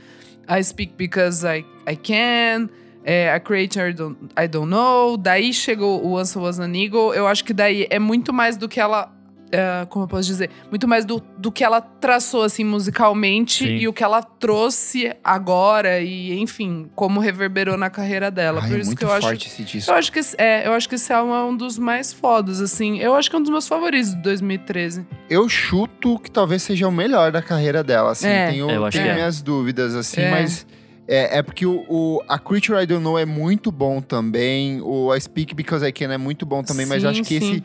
[SPEAKER 2] I Speak Because I I Can, é, A Creature I Don't, I Don't Know, daí chegou o Once Was an Eagle. Eu acho que daí é muito mais do que ela é, como eu posso dizer, muito mais do, do que ela traçou assim musicalmente
[SPEAKER 4] Sim.
[SPEAKER 2] e o que ela trouxe agora e enfim, como reverberou na carreira dela.
[SPEAKER 1] Ai,
[SPEAKER 2] Por
[SPEAKER 1] é
[SPEAKER 2] isso
[SPEAKER 1] muito
[SPEAKER 2] que eu
[SPEAKER 1] forte esse
[SPEAKER 2] acho,
[SPEAKER 1] disco.
[SPEAKER 2] eu acho que esse- é, eu acho que esse álbum é um dos mais fodas assim. Eu acho que é um dos meus favoritos de 2013.
[SPEAKER 1] Eu chuto que talvez seja o melhor da carreira dela, assim.
[SPEAKER 2] É.
[SPEAKER 1] Tenho,
[SPEAKER 4] Eu acho
[SPEAKER 1] tenho
[SPEAKER 4] que é.
[SPEAKER 1] minhas dúvidas, assim,
[SPEAKER 2] É.
[SPEAKER 1] mas... É, é porque o, o- a Creature I Don't Know é muito bom também. O I Speak Because I Can é muito bom também, mas eu
[SPEAKER 2] Sim,
[SPEAKER 1] acho que
[SPEAKER 2] sim.
[SPEAKER 1] esse...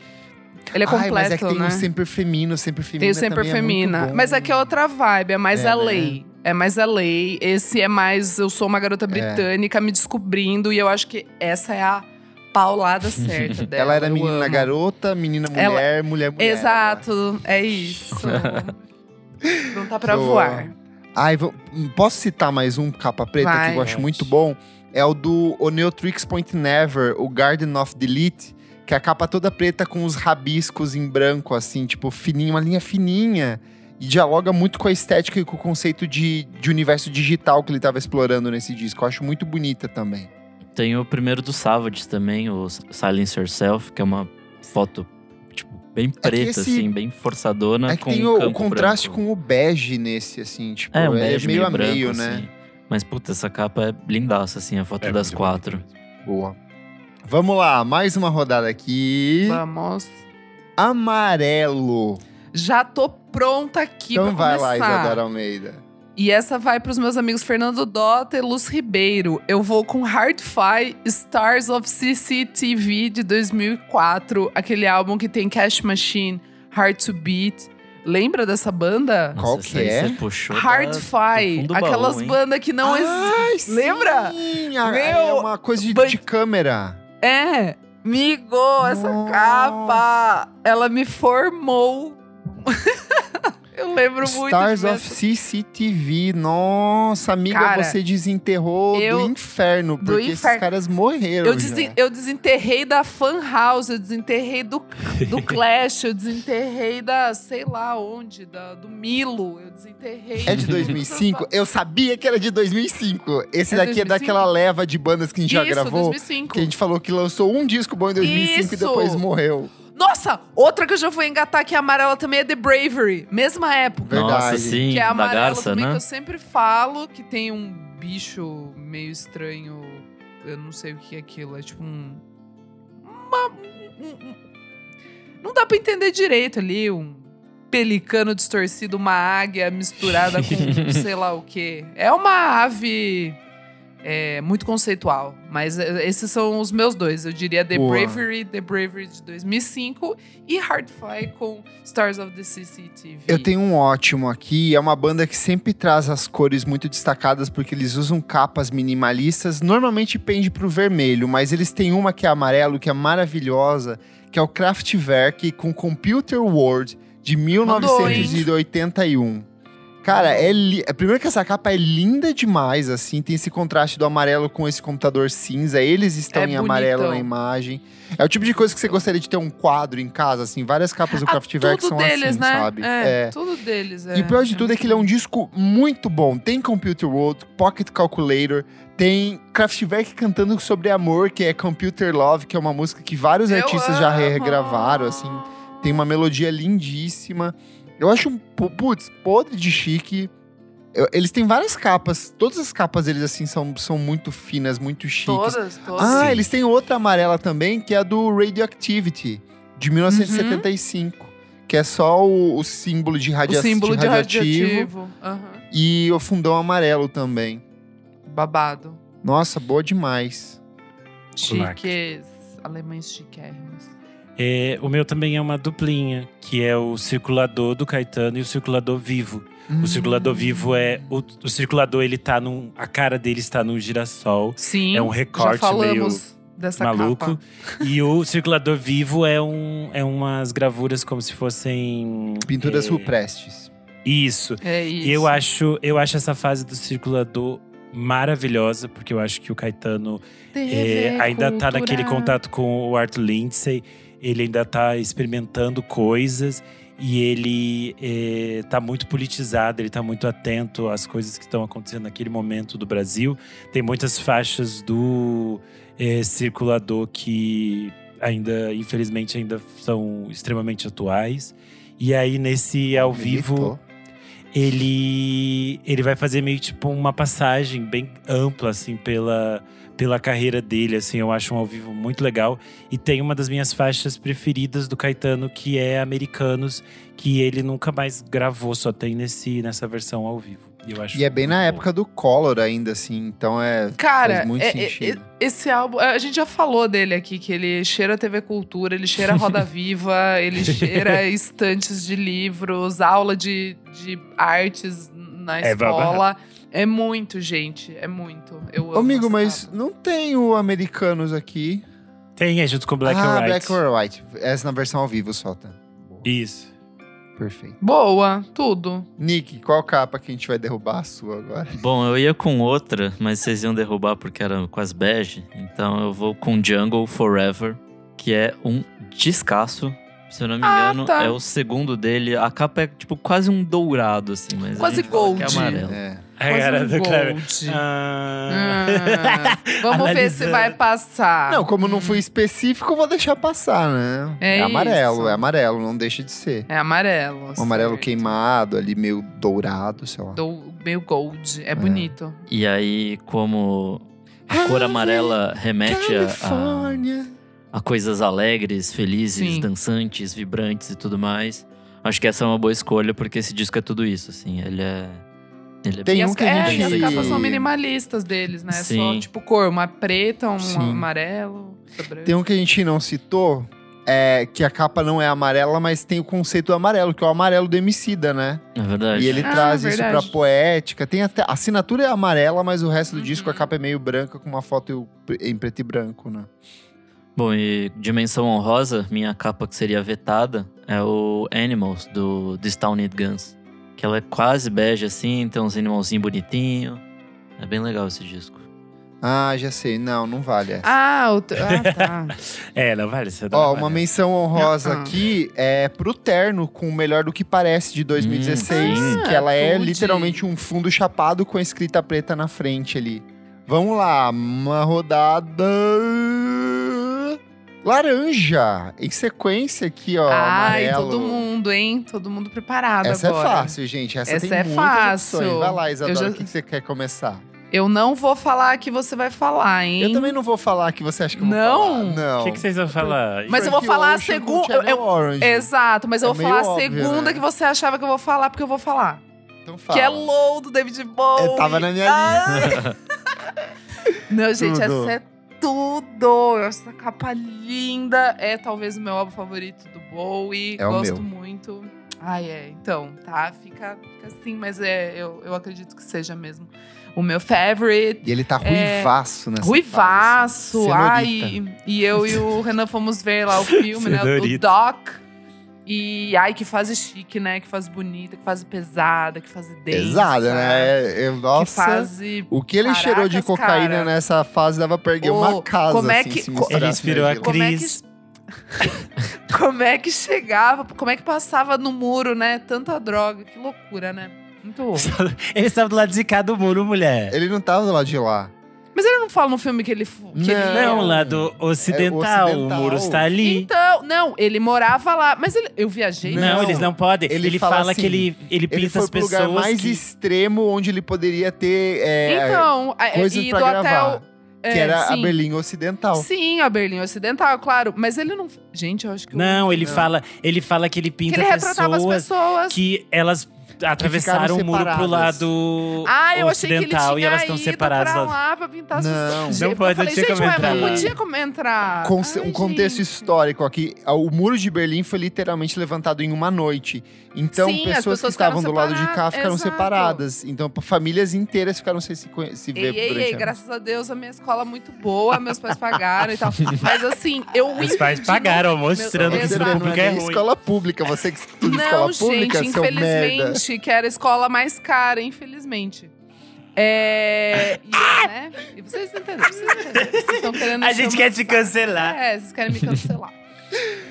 [SPEAKER 2] Ele é
[SPEAKER 1] Ai, mas é que
[SPEAKER 2] completo,
[SPEAKER 1] tem
[SPEAKER 2] né?
[SPEAKER 1] o Sempre Feminino, Sempre Feminino
[SPEAKER 2] Tem o sempre
[SPEAKER 1] também é muito
[SPEAKER 2] feminina.
[SPEAKER 1] bom.
[SPEAKER 2] mas aqui é outra vibe, é mais
[SPEAKER 1] É,
[SPEAKER 2] a
[SPEAKER 1] né? É.
[SPEAKER 2] lei. É mais a lei. Esse é mais eu sou uma garota britânica me descobrindo e eu acho que essa é a paulada certa dela.
[SPEAKER 1] Ela era
[SPEAKER 2] eu
[SPEAKER 1] menina
[SPEAKER 2] amo.
[SPEAKER 1] garota, menina mulher,
[SPEAKER 2] Ela-
[SPEAKER 1] mulher mulher.
[SPEAKER 2] Exato, é isso. Não tá pra
[SPEAKER 1] Boa.
[SPEAKER 2] voar.
[SPEAKER 1] Ai, vou- hum, posso citar mais um capa preta
[SPEAKER 2] Vai.
[SPEAKER 1] que eu acho
[SPEAKER 4] Pode.
[SPEAKER 1] muito bom? É o do Oneotrix Point Never, o Garden of Delete, que é a capa toda preta com os rabiscos em branco, assim, tipo, fininho, uma linha fininha. E dialoga muito com a estética e com o conceito de, de universo digital que ele tava explorando nesse disco. Eu acho muito bonita também.
[SPEAKER 4] Tem o primeiro do Savage também, o Silence Yourself, que é uma foto, tipo, bem preta,
[SPEAKER 1] É esse-
[SPEAKER 4] assim, bem forçadona.
[SPEAKER 1] é que
[SPEAKER 4] com
[SPEAKER 1] tem
[SPEAKER 4] um
[SPEAKER 1] o, o
[SPEAKER 4] campo
[SPEAKER 1] contraste
[SPEAKER 4] branco.
[SPEAKER 1] com o bege nesse, assim, tipo,
[SPEAKER 4] É, um bege
[SPEAKER 1] meio,
[SPEAKER 4] meio,
[SPEAKER 1] a
[SPEAKER 4] branco,
[SPEAKER 1] meio,
[SPEAKER 4] assim.
[SPEAKER 1] né?
[SPEAKER 4] Mas, puta, essa capa é lindaça, assim, a foto
[SPEAKER 5] É
[SPEAKER 4] das
[SPEAKER 5] muito
[SPEAKER 4] quatro.
[SPEAKER 5] bonito mesmo.
[SPEAKER 1] Boa. Vamos lá, mais uma rodada aqui.
[SPEAKER 2] Vamos.
[SPEAKER 1] Amarelo.
[SPEAKER 2] Já tô pronta aqui
[SPEAKER 1] então
[SPEAKER 2] pra
[SPEAKER 1] vai lá,
[SPEAKER 2] começar.
[SPEAKER 1] Isadora Almeida.
[SPEAKER 2] E essa vai pros meus amigos Fernando Dota e Luz Ribeiro. Eu vou com Hardfire Stars of CCTV de 2004, aquele álbum que tem Cash Machine, Hard to Beat. Lembra dessa banda?
[SPEAKER 4] Nossa,
[SPEAKER 1] Qual
[SPEAKER 4] essa
[SPEAKER 1] que
[SPEAKER 4] aí
[SPEAKER 1] é?
[SPEAKER 4] Você puxou da- do
[SPEAKER 2] Hardfire,
[SPEAKER 4] fundo do baú,
[SPEAKER 2] aquelas
[SPEAKER 4] hein? Ah!
[SPEAKER 2] bandas que não existem.
[SPEAKER 1] Ai, sim,
[SPEAKER 2] lembra?
[SPEAKER 1] a-
[SPEAKER 2] Meu,
[SPEAKER 1] é uma coisa de,
[SPEAKER 2] ban-
[SPEAKER 1] de câmera.
[SPEAKER 2] É, migo, essa
[SPEAKER 1] Nossa.
[SPEAKER 2] capa, ela me formou. Eu lembro
[SPEAKER 1] Stars
[SPEAKER 2] muito
[SPEAKER 1] of
[SPEAKER 2] disso.
[SPEAKER 1] CCTV. Nossa, amiga,
[SPEAKER 2] Cara,
[SPEAKER 1] você desenterrou
[SPEAKER 2] eu-
[SPEAKER 1] do inferno. Porque esses
[SPEAKER 2] infer-
[SPEAKER 1] caras morreram.
[SPEAKER 2] Eu,
[SPEAKER 1] já.
[SPEAKER 2] desen- eu desenterrei da Fan House, eu desenterrei do, do Clash, eu desenterrei da sei lá onde, da, do Milo, eu desenterrei.
[SPEAKER 1] É de 2005? Eu sabia que era de 2005. Esse
[SPEAKER 2] É
[SPEAKER 1] daqui é
[SPEAKER 2] 2005?
[SPEAKER 1] daquela leva de bandas que a gente já
[SPEAKER 2] Isso,
[SPEAKER 1] gravou.
[SPEAKER 2] 2005.
[SPEAKER 1] Que a gente falou que lançou um disco bom em 2005 e
[SPEAKER 2] Isso.
[SPEAKER 1] depois morreu.
[SPEAKER 2] Nossa, outra que eu já fui engatar que é amarela também é The Bravery, mesma época.
[SPEAKER 1] Verdade.
[SPEAKER 4] Nossa, sim,
[SPEAKER 2] que é
[SPEAKER 4] da
[SPEAKER 2] amarelo
[SPEAKER 4] garça,
[SPEAKER 2] também, que
[SPEAKER 4] né?
[SPEAKER 2] eu sempre falo que tem um bicho meio estranho. Eu não sei o que é aquilo. É tipo um. Uma, um- um- não dá pra entender direito ali. Um pelicano distorcido, uma águia misturada com sei lá o quê. É uma ave. é, muito conceitual, mas é, esses são os meus dois. Eu diria The
[SPEAKER 1] Boa.
[SPEAKER 2] Bravery, The Bravery de 2005 e Hardfire com Stars of the CCTV.
[SPEAKER 1] Eu tenho um ótimo aqui. É uma banda que sempre traz as cores muito destacadas porque eles usam capas minimalistas. Normalmente pende pro vermelho, mas eles têm uma que é amarelo, que é maravilhosa, que é o Kraftwerk com Computer World de
[SPEAKER 2] Mandou,
[SPEAKER 1] 1981. Cara, é li... primeiro que essa capa é linda demais, assim, tem esse contraste do amarelo com esse computador cinza, eles estão
[SPEAKER 2] É
[SPEAKER 1] em amarelo na
[SPEAKER 2] bonitão.
[SPEAKER 1] imagem. É o tipo de coisa que você gostaria de ter um quadro em casa, assim, várias capas do
[SPEAKER 2] Ah,
[SPEAKER 1] Kraftwerk
[SPEAKER 2] tudo
[SPEAKER 1] são
[SPEAKER 2] deles,
[SPEAKER 1] assim,
[SPEAKER 2] né?
[SPEAKER 1] sabe?
[SPEAKER 2] É, tudo deles. É.
[SPEAKER 1] E o pior de tudo é que ele é um disco muito bom. Tem Computer World, Pocket Calculator, tem Kraftwerk cantando sobre amor, que é Computer Love, que é uma música que vários
[SPEAKER 2] Eu
[SPEAKER 1] artistas já
[SPEAKER 2] amo.
[SPEAKER 1] regravaram, assim. Tem uma melodia lindíssima. Eu acho um, pu- putz, podre de chique. Eu- eles têm várias capas. Todas as capas deles, assim, são, são muito finas, muito chiques.
[SPEAKER 2] Todas, é todas.
[SPEAKER 1] Ah,
[SPEAKER 4] Sim.
[SPEAKER 1] eles têm outra amarela também, que é a do Radioactivity, de 1975.
[SPEAKER 3] Uhum.
[SPEAKER 1] Que é só o, o símbolo de,
[SPEAKER 2] o
[SPEAKER 1] radia
[SPEAKER 2] símbolo
[SPEAKER 1] de
[SPEAKER 2] de
[SPEAKER 1] radioativo,
[SPEAKER 2] radioativo. Aham.
[SPEAKER 1] e o fundão amarelo também.
[SPEAKER 2] babado.
[SPEAKER 1] Nossa, boa demais.
[SPEAKER 3] Claro.
[SPEAKER 2] Chiques, alemães chiquérrimos.
[SPEAKER 3] É, o meu também é uma duplinha, que é o circulador do Caetano e o circulador vivo.
[SPEAKER 1] Hum.
[SPEAKER 3] O circulador vivo é. O, o circulador, ele tá num. A cara dele está num girassol.
[SPEAKER 2] Sim,
[SPEAKER 3] é um recorte
[SPEAKER 2] já falamos dessa
[SPEAKER 3] maluco.
[SPEAKER 2] capa.
[SPEAKER 3] E o circulador vivo é, um, é umas gravuras como se fossem.
[SPEAKER 1] Pinturas
[SPEAKER 3] é,
[SPEAKER 1] rupestres.
[SPEAKER 3] Isso.
[SPEAKER 2] É isso.
[SPEAKER 3] E eu acho, eu acho essa fase do circulador maravilhosa, porque eu acho que o Caetano
[SPEAKER 2] TV
[SPEAKER 3] é, ainda tá naquele
[SPEAKER 2] cultural.
[SPEAKER 3] contato com o Arthur Lindsay, ele ainda tá experimentando coisas e ele é, tá muito politizado, ele tá muito atento às coisas que estão acontecendo naquele momento do Brasil. Tem muitas faixas do é, circulador que ainda, infelizmente, ainda são extremamente atuais. E aí, nesse ao vivo
[SPEAKER 1] Militou.
[SPEAKER 3] ele ele vai fazer meio tipo uma passagem bem ampla assim pela pela carreira dele, assim, eu acho um ao vivo muito legal e tem uma das minhas faixas preferidas do Caetano que é Americanos, que ele nunca mais gravou, só tem nesse nessa versão ao vivo. E, eu acho
[SPEAKER 1] E é bem
[SPEAKER 3] muito
[SPEAKER 1] na
[SPEAKER 3] bom.
[SPEAKER 1] época do Collor ainda, assim. Então é.
[SPEAKER 2] Cara,
[SPEAKER 1] Faz muito
[SPEAKER 2] é- é-
[SPEAKER 1] sentido.
[SPEAKER 2] é- esse álbum, a gente já falou dele aqui, que ele cheira TV Cultura, ele cheira Roda Viva, ele cheira estantes de livros, aula de, de artes na
[SPEAKER 3] É
[SPEAKER 2] escola. É, muito, gente, é muito. Eu
[SPEAKER 1] Ô,
[SPEAKER 2] amo
[SPEAKER 1] Amigo,
[SPEAKER 2] essa
[SPEAKER 1] mas
[SPEAKER 3] tá.
[SPEAKER 2] capa.
[SPEAKER 1] não tem o Americanos aqui.
[SPEAKER 3] Tem, é junto com Black
[SPEAKER 1] ah,
[SPEAKER 3] and White.
[SPEAKER 1] Black or White. Essa na versão ao vivo só, tá? Boa.
[SPEAKER 3] Isso.
[SPEAKER 1] Perfeito.
[SPEAKER 2] Boa, tudo.
[SPEAKER 1] Nick, qual capa que a gente vai derrubar a sua agora?
[SPEAKER 4] Bom, eu ia com outra, mas vocês iam derrubar porque era quase bege. Então eu vou com Jungle Forever, que é um descasso. Se eu não me
[SPEAKER 2] Ah,
[SPEAKER 4] engano,
[SPEAKER 2] tá.
[SPEAKER 4] é o segundo dele. A capa é tipo quase um dourado, assim, mas. a
[SPEAKER 2] Quase
[SPEAKER 4] gente fala que
[SPEAKER 2] gold.
[SPEAKER 4] É amarelo.
[SPEAKER 1] É.
[SPEAKER 3] A
[SPEAKER 2] Quase
[SPEAKER 3] cara
[SPEAKER 2] um
[SPEAKER 3] do Cleber.
[SPEAKER 2] gold.
[SPEAKER 3] Ah.
[SPEAKER 2] Ah, vamos ver se
[SPEAKER 3] Analisando.
[SPEAKER 2] vai passar.
[SPEAKER 1] Não, como não fui específico, eu vou deixar passar, né?
[SPEAKER 2] É
[SPEAKER 1] amarelo,
[SPEAKER 2] isso.
[SPEAKER 1] é amarelo, não deixa de ser.
[SPEAKER 2] É amarelo.
[SPEAKER 1] Um amarelo
[SPEAKER 2] certo.
[SPEAKER 1] queimado, ali meio dourado, sei lá.
[SPEAKER 2] Do, meio gold. É bonito.
[SPEAKER 4] E aí, como a cor amarela remete a- a,
[SPEAKER 1] Califórnia.
[SPEAKER 4] a coisas alegres, felizes,
[SPEAKER 2] Sim.
[SPEAKER 4] dançantes, vibrantes e tudo mais. Acho que essa é uma boa escolha, porque esse disco é tudo isso, assim. Ele é. Ele é
[SPEAKER 1] Tem
[SPEAKER 2] e
[SPEAKER 1] um
[SPEAKER 2] as,
[SPEAKER 1] que a
[SPEAKER 2] é, e
[SPEAKER 1] gente-
[SPEAKER 2] as capas são minimalistas deles, né? Só
[SPEAKER 4] Sim.
[SPEAKER 2] tipo cor, uma preta, um
[SPEAKER 1] Sim.
[SPEAKER 2] amarelo. outra branca.
[SPEAKER 1] Tem um que a gente não citou, é que a capa não é amarela, mas tem o conceito amarelo, que é o amarelo do Emicida, né?
[SPEAKER 4] Na é verdade.
[SPEAKER 1] E ele
[SPEAKER 2] Ah,
[SPEAKER 1] traz isso pra
[SPEAKER 2] verdade.
[SPEAKER 1] poética. Tem até, a assinatura é amarela, mas o resto do
[SPEAKER 2] Uhum.
[SPEAKER 1] disco a capa é meio branca, com uma foto em preto e branco, né?
[SPEAKER 4] Bom, e dimensão honrosa, minha capa que seria vetada, é o Animals, do This Town Need Guns. Que ela é quase bege, assim, tem uns animalzinhos bonitinhos. É bem legal esse disco.
[SPEAKER 1] Ah, já sei. Não, não vale. essa.
[SPEAKER 2] Ah, o t- ah, tá.
[SPEAKER 3] É, não vale essa
[SPEAKER 1] Ó, uma menção honrosa
[SPEAKER 2] Ah.
[SPEAKER 1] aqui é pro Terno, com o Melhor do que Parece, de 2016.
[SPEAKER 4] Hum, sim.
[SPEAKER 1] que ela é
[SPEAKER 2] Ah, pude.
[SPEAKER 1] literalmente um fundo chapado com a escrita preta na frente ali. Vamos lá, uma rodada. Laranja, em sequência aqui, ó.
[SPEAKER 2] Ai,
[SPEAKER 1] amarelo.
[SPEAKER 2] todo mundo, hein? Todo mundo preparado
[SPEAKER 1] Essa
[SPEAKER 2] agora.
[SPEAKER 1] é fácil, gente. Essa,
[SPEAKER 2] Essa
[SPEAKER 1] tem
[SPEAKER 2] é
[SPEAKER 1] muitas
[SPEAKER 2] fácil.
[SPEAKER 1] opções. Vai lá,
[SPEAKER 2] Eu
[SPEAKER 1] Isadora,
[SPEAKER 2] já-
[SPEAKER 1] o que que você quer começar?
[SPEAKER 2] Eu não vou falar que você vai falar, hein?
[SPEAKER 1] Eu também não vou falar que você acha que eu vou falar.
[SPEAKER 2] Não?
[SPEAKER 1] Não.
[SPEAKER 3] O que, que vocês vão falar?
[SPEAKER 2] Mas eu vou
[SPEAKER 1] Frank
[SPEAKER 2] falar a
[SPEAKER 1] Ocean com
[SPEAKER 2] segun-
[SPEAKER 1] Channel
[SPEAKER 2] eu- eu-
[SPEAKER 1] Orange.
[SPEAKER 2] Exato, mas eu
[SPEAKER 1] É
[SPEAKER 2] vou
[SPEAKER 1] meio
[SPEAKER 2] falar a
[SPEAKER 1] óbvio,
[SPEAKER 2] segunda
[SPEAKER 1] né?
[SPEAKER 2] que você achava que eu vou falar, porque eu vou falar.
[SPEAKER 1] Então fala.
[SPEAKER 2] Que é Low, do David Bowie.
[SPEAKER 1] Eu tava na minha
[SPEAKER 2] Não, gente,
[SPEAKER 1] Tudo.
[SPEAKER 2] essa é tudo. Essa capa linda é talvez o meu álbum favorito do Bowie.
[SPEAKER 1] É o
[SPEAKER 2] Gosto
[SPEAKER 1] meu.
[SPEAKER 2] muito. Ai, é. Então, tá? Fica, fica assim, mas é, eu, eu acredito que seja mesmo o meu favorite.
[SPEAKER 1] E ele tá
[SPEAKER 2] É,
[SPEAKER 1] ruivaço nessa
[SPEAKER 2] Ruivaço,
[SPEAKER 1] fase.
[SPEAKER 2] ai. E eu e o Renan fomos ver lá o filme, né? O
[SPEAKER 3] Senhorita.
[SPEAKER 2] Doc. E ai, que fase chique, né? Que fase bonita, que fase pesada, que fase densa.
[SPEAKER 1] Pesada, né? Eu-
[SPEAKER 2] Que
[SPEAKER 1] nossa.
[SPEAKER 2] fase
[SPEAKER 1] O que ele
[SPEAKER 2] Caracas,
[SPEAKER 1] cheirou de cocaína
[SPEAKER 2] cara.
[SPEAKER 1] nessa fase dava pra erguer
[SPEAKER 2] Ô,
[SPEAKER 1] uma casa.
[SPEAKER 2] como é
[SPEAKER 1] assim,
[SPEAKER 2] que-
[SPEAKER 1] se
[SPEAKER 2] co-
[SPEAKER 1] misturasse
[SPEAKER 3] Ele inspirou a
[SPEAKER 1] naquilo.
[SPEAKER 2] Como é que-
[SPEAKER 3] Cris.
[SPEAKER 2] como é que chegava, como é que passava no muro, né? Tanta droga, que loucura, né? Muito horror.
[SPEAKER 3] Ele estava do lado de cá do muro, mulher.
[SPEAKER 1] Ele não tava do lado de lá.
[SPEAKER 2] Mas ele não fala no filme que ele. fu- Que
[SPEAKER 1] Não.
[SPEAKER 2] ele
[SPEAKER 3] Não, lá do ocidental. O
[SPEAKER 1] ocidental.
[SPEAKER 3] muro está ali.
[SPEAKER 2] Então, não, ele morava lá. Mas ele- eu viajei.
[SPEAKER 1] Então-
[SPEAKER 3] não,
[SPEAKER 2] né?
[SPEAKER 3] eles não podem.
[SPEAKER 1] Ele
[SPEAKER 3] Ele,
[SPEAKER 1] fala
[SPEAKER 3] fala,
[SPEAKER 1] assim,
[SPEAKER 3] que ele, ele pinta
[SPEAKER 1] Ele foi
[SPEAKER 3] as
[SPEAKER 1] pro
[SPEAKER 3] pessoas.
[SPEAKER 1] lugar mais
[SPEAKER 3] que-
[SPEAKER 1] extremo onde ele poderia ter é,
[SPEAKER 2] Então, a-
[SPEAKER 1] coisas
[SPEAKER 2] e
[SPEAKER 1] pra
[SPEAKER 2] do
[SPEAKER 1] gravar.
[SPEAKER 2] hotel. é,
[SPEAKER 1] que era a
[SPEAKER 2] sim.
[SPEAKER 1] Berlim Ocidental.
[SPEAKER 2] Sim, a Berlim Ocidental, claro. Mas ele não. Gente, eu acho que. eu-
[SPEAKER 3] Não, ele
[SPEAKER 1] Não.
[SPEAKER 3] fala, ele fala que ele
[SPEAKER 2] que
[SPEAKER 3] pinta
[SPEAKER 2] ele retratava as
[SPEAKER 3] pessoas
[SPEAKER 2] pessoas.
[SPEAKER 3] que elas atravessaram o muro pro
[SPEAKER 1] separadas.
[SPEAKER 3] lado
[SPEAKER 2] Ah, eu achei que ele
[SPEAKER 3] ocidental
[SPEAKER 2] tinha
[SPEAKER 3] e elas estão
[SPEAKER 2] ido
[SPEAKER 3] separadas.
[SPEAKER 2] pra
[SPEAKER 3] lá.
[SPEAKER 2] lá pra pintar as
[SPEAKER 1] Não.
[SPEAKER 2] pessoas.
[SPEAKER 3] Não
[SPEAKER 2] Eu
[SPEAKER 3] pode, eu
[SPEAKER 2] falei,
[SPEAKER 3] tinha
[SPEAKER 2] gente,
[SPEAKER 3] como
[SPEAKER 2] mas
[SPEAKER 3] entrar.
[SPEAKER 2] não podia como entrar.
[SPEAKER 1] Con- um
[SPEAKER 2] Ai,
[SPEAKER 1] contexto
[SPEAKER 2] gente.
[SPEAKER 1] histórico aqui. Ah, O muro de Berlim foi literalmente levantado em uma noite. Então,
[SPEAKER 2] Sim, as
[SPEAKER 1] pessoas, que
[SPEAKER 2] pessoas
[SPEAKER 1] estavam do
[SPEAKER 2] ficaram
[SPEAKER 1] lado de cá
[SPEAKER 2] separadas,
[SPEAKER 1] ficaram
[SPEAKER 2] exato.
[SPEAKER 1] separadas. Então, p- famílias inteiras ficaram sem se, conhe- se ver
[SPEAKER 2] Ei, ei,
[SPEAKER 1] durante
[SPEAKER 2] ei,
[SPEAKER 1] a
[SPEAKER 2] graças a Deus a minha escola é muito boa, meus pais pagaram e tal. Mas assim, eu
[SPEAKER 3] Os pais
[SPEAKER 2] entendi
[SPEAKER 3] pagaram,
[SPEAKER 1] Não,
[SPEAKER 3] mostrando
[SPEAKER 2] Meu-
[SPEAKER 3] que
[SPEAKER 1] você
[SPEAKER 3] o
[SPEAKER 2] Exato.
[SPEAKER 1] não é
[SPEAKER 3] público é
[SPEAKER 1] nem
[SPEAKER 3] ruim.
[SPEAKER 1] escola pública. Você que estuda
[SPEAKER 2] Não,
[SPEAKER 1] escola
[SPEAKER 2] gente,
[SPEAKER 1] pública, seu merda.
[SPEAKER 2] infelizmente, que era a escola mais cara, infelizmente. É. E, eu, né? e vocês entenderam, vocês entenderam. Vocês estão querendo
[SPEAKER 3] Ah! A
[SPEAKER 2] encher
[SPEAKER 3] gente
[SPEAKER 2] o
[SPEAKER 3] quer
[SPEAKER 2] meu
[SPEAKER 3] te
[SPEAKER 2] saco.
[SPEAKER 3] cancelar.
[SPEAKER 2] É, vocês querem me cancelar.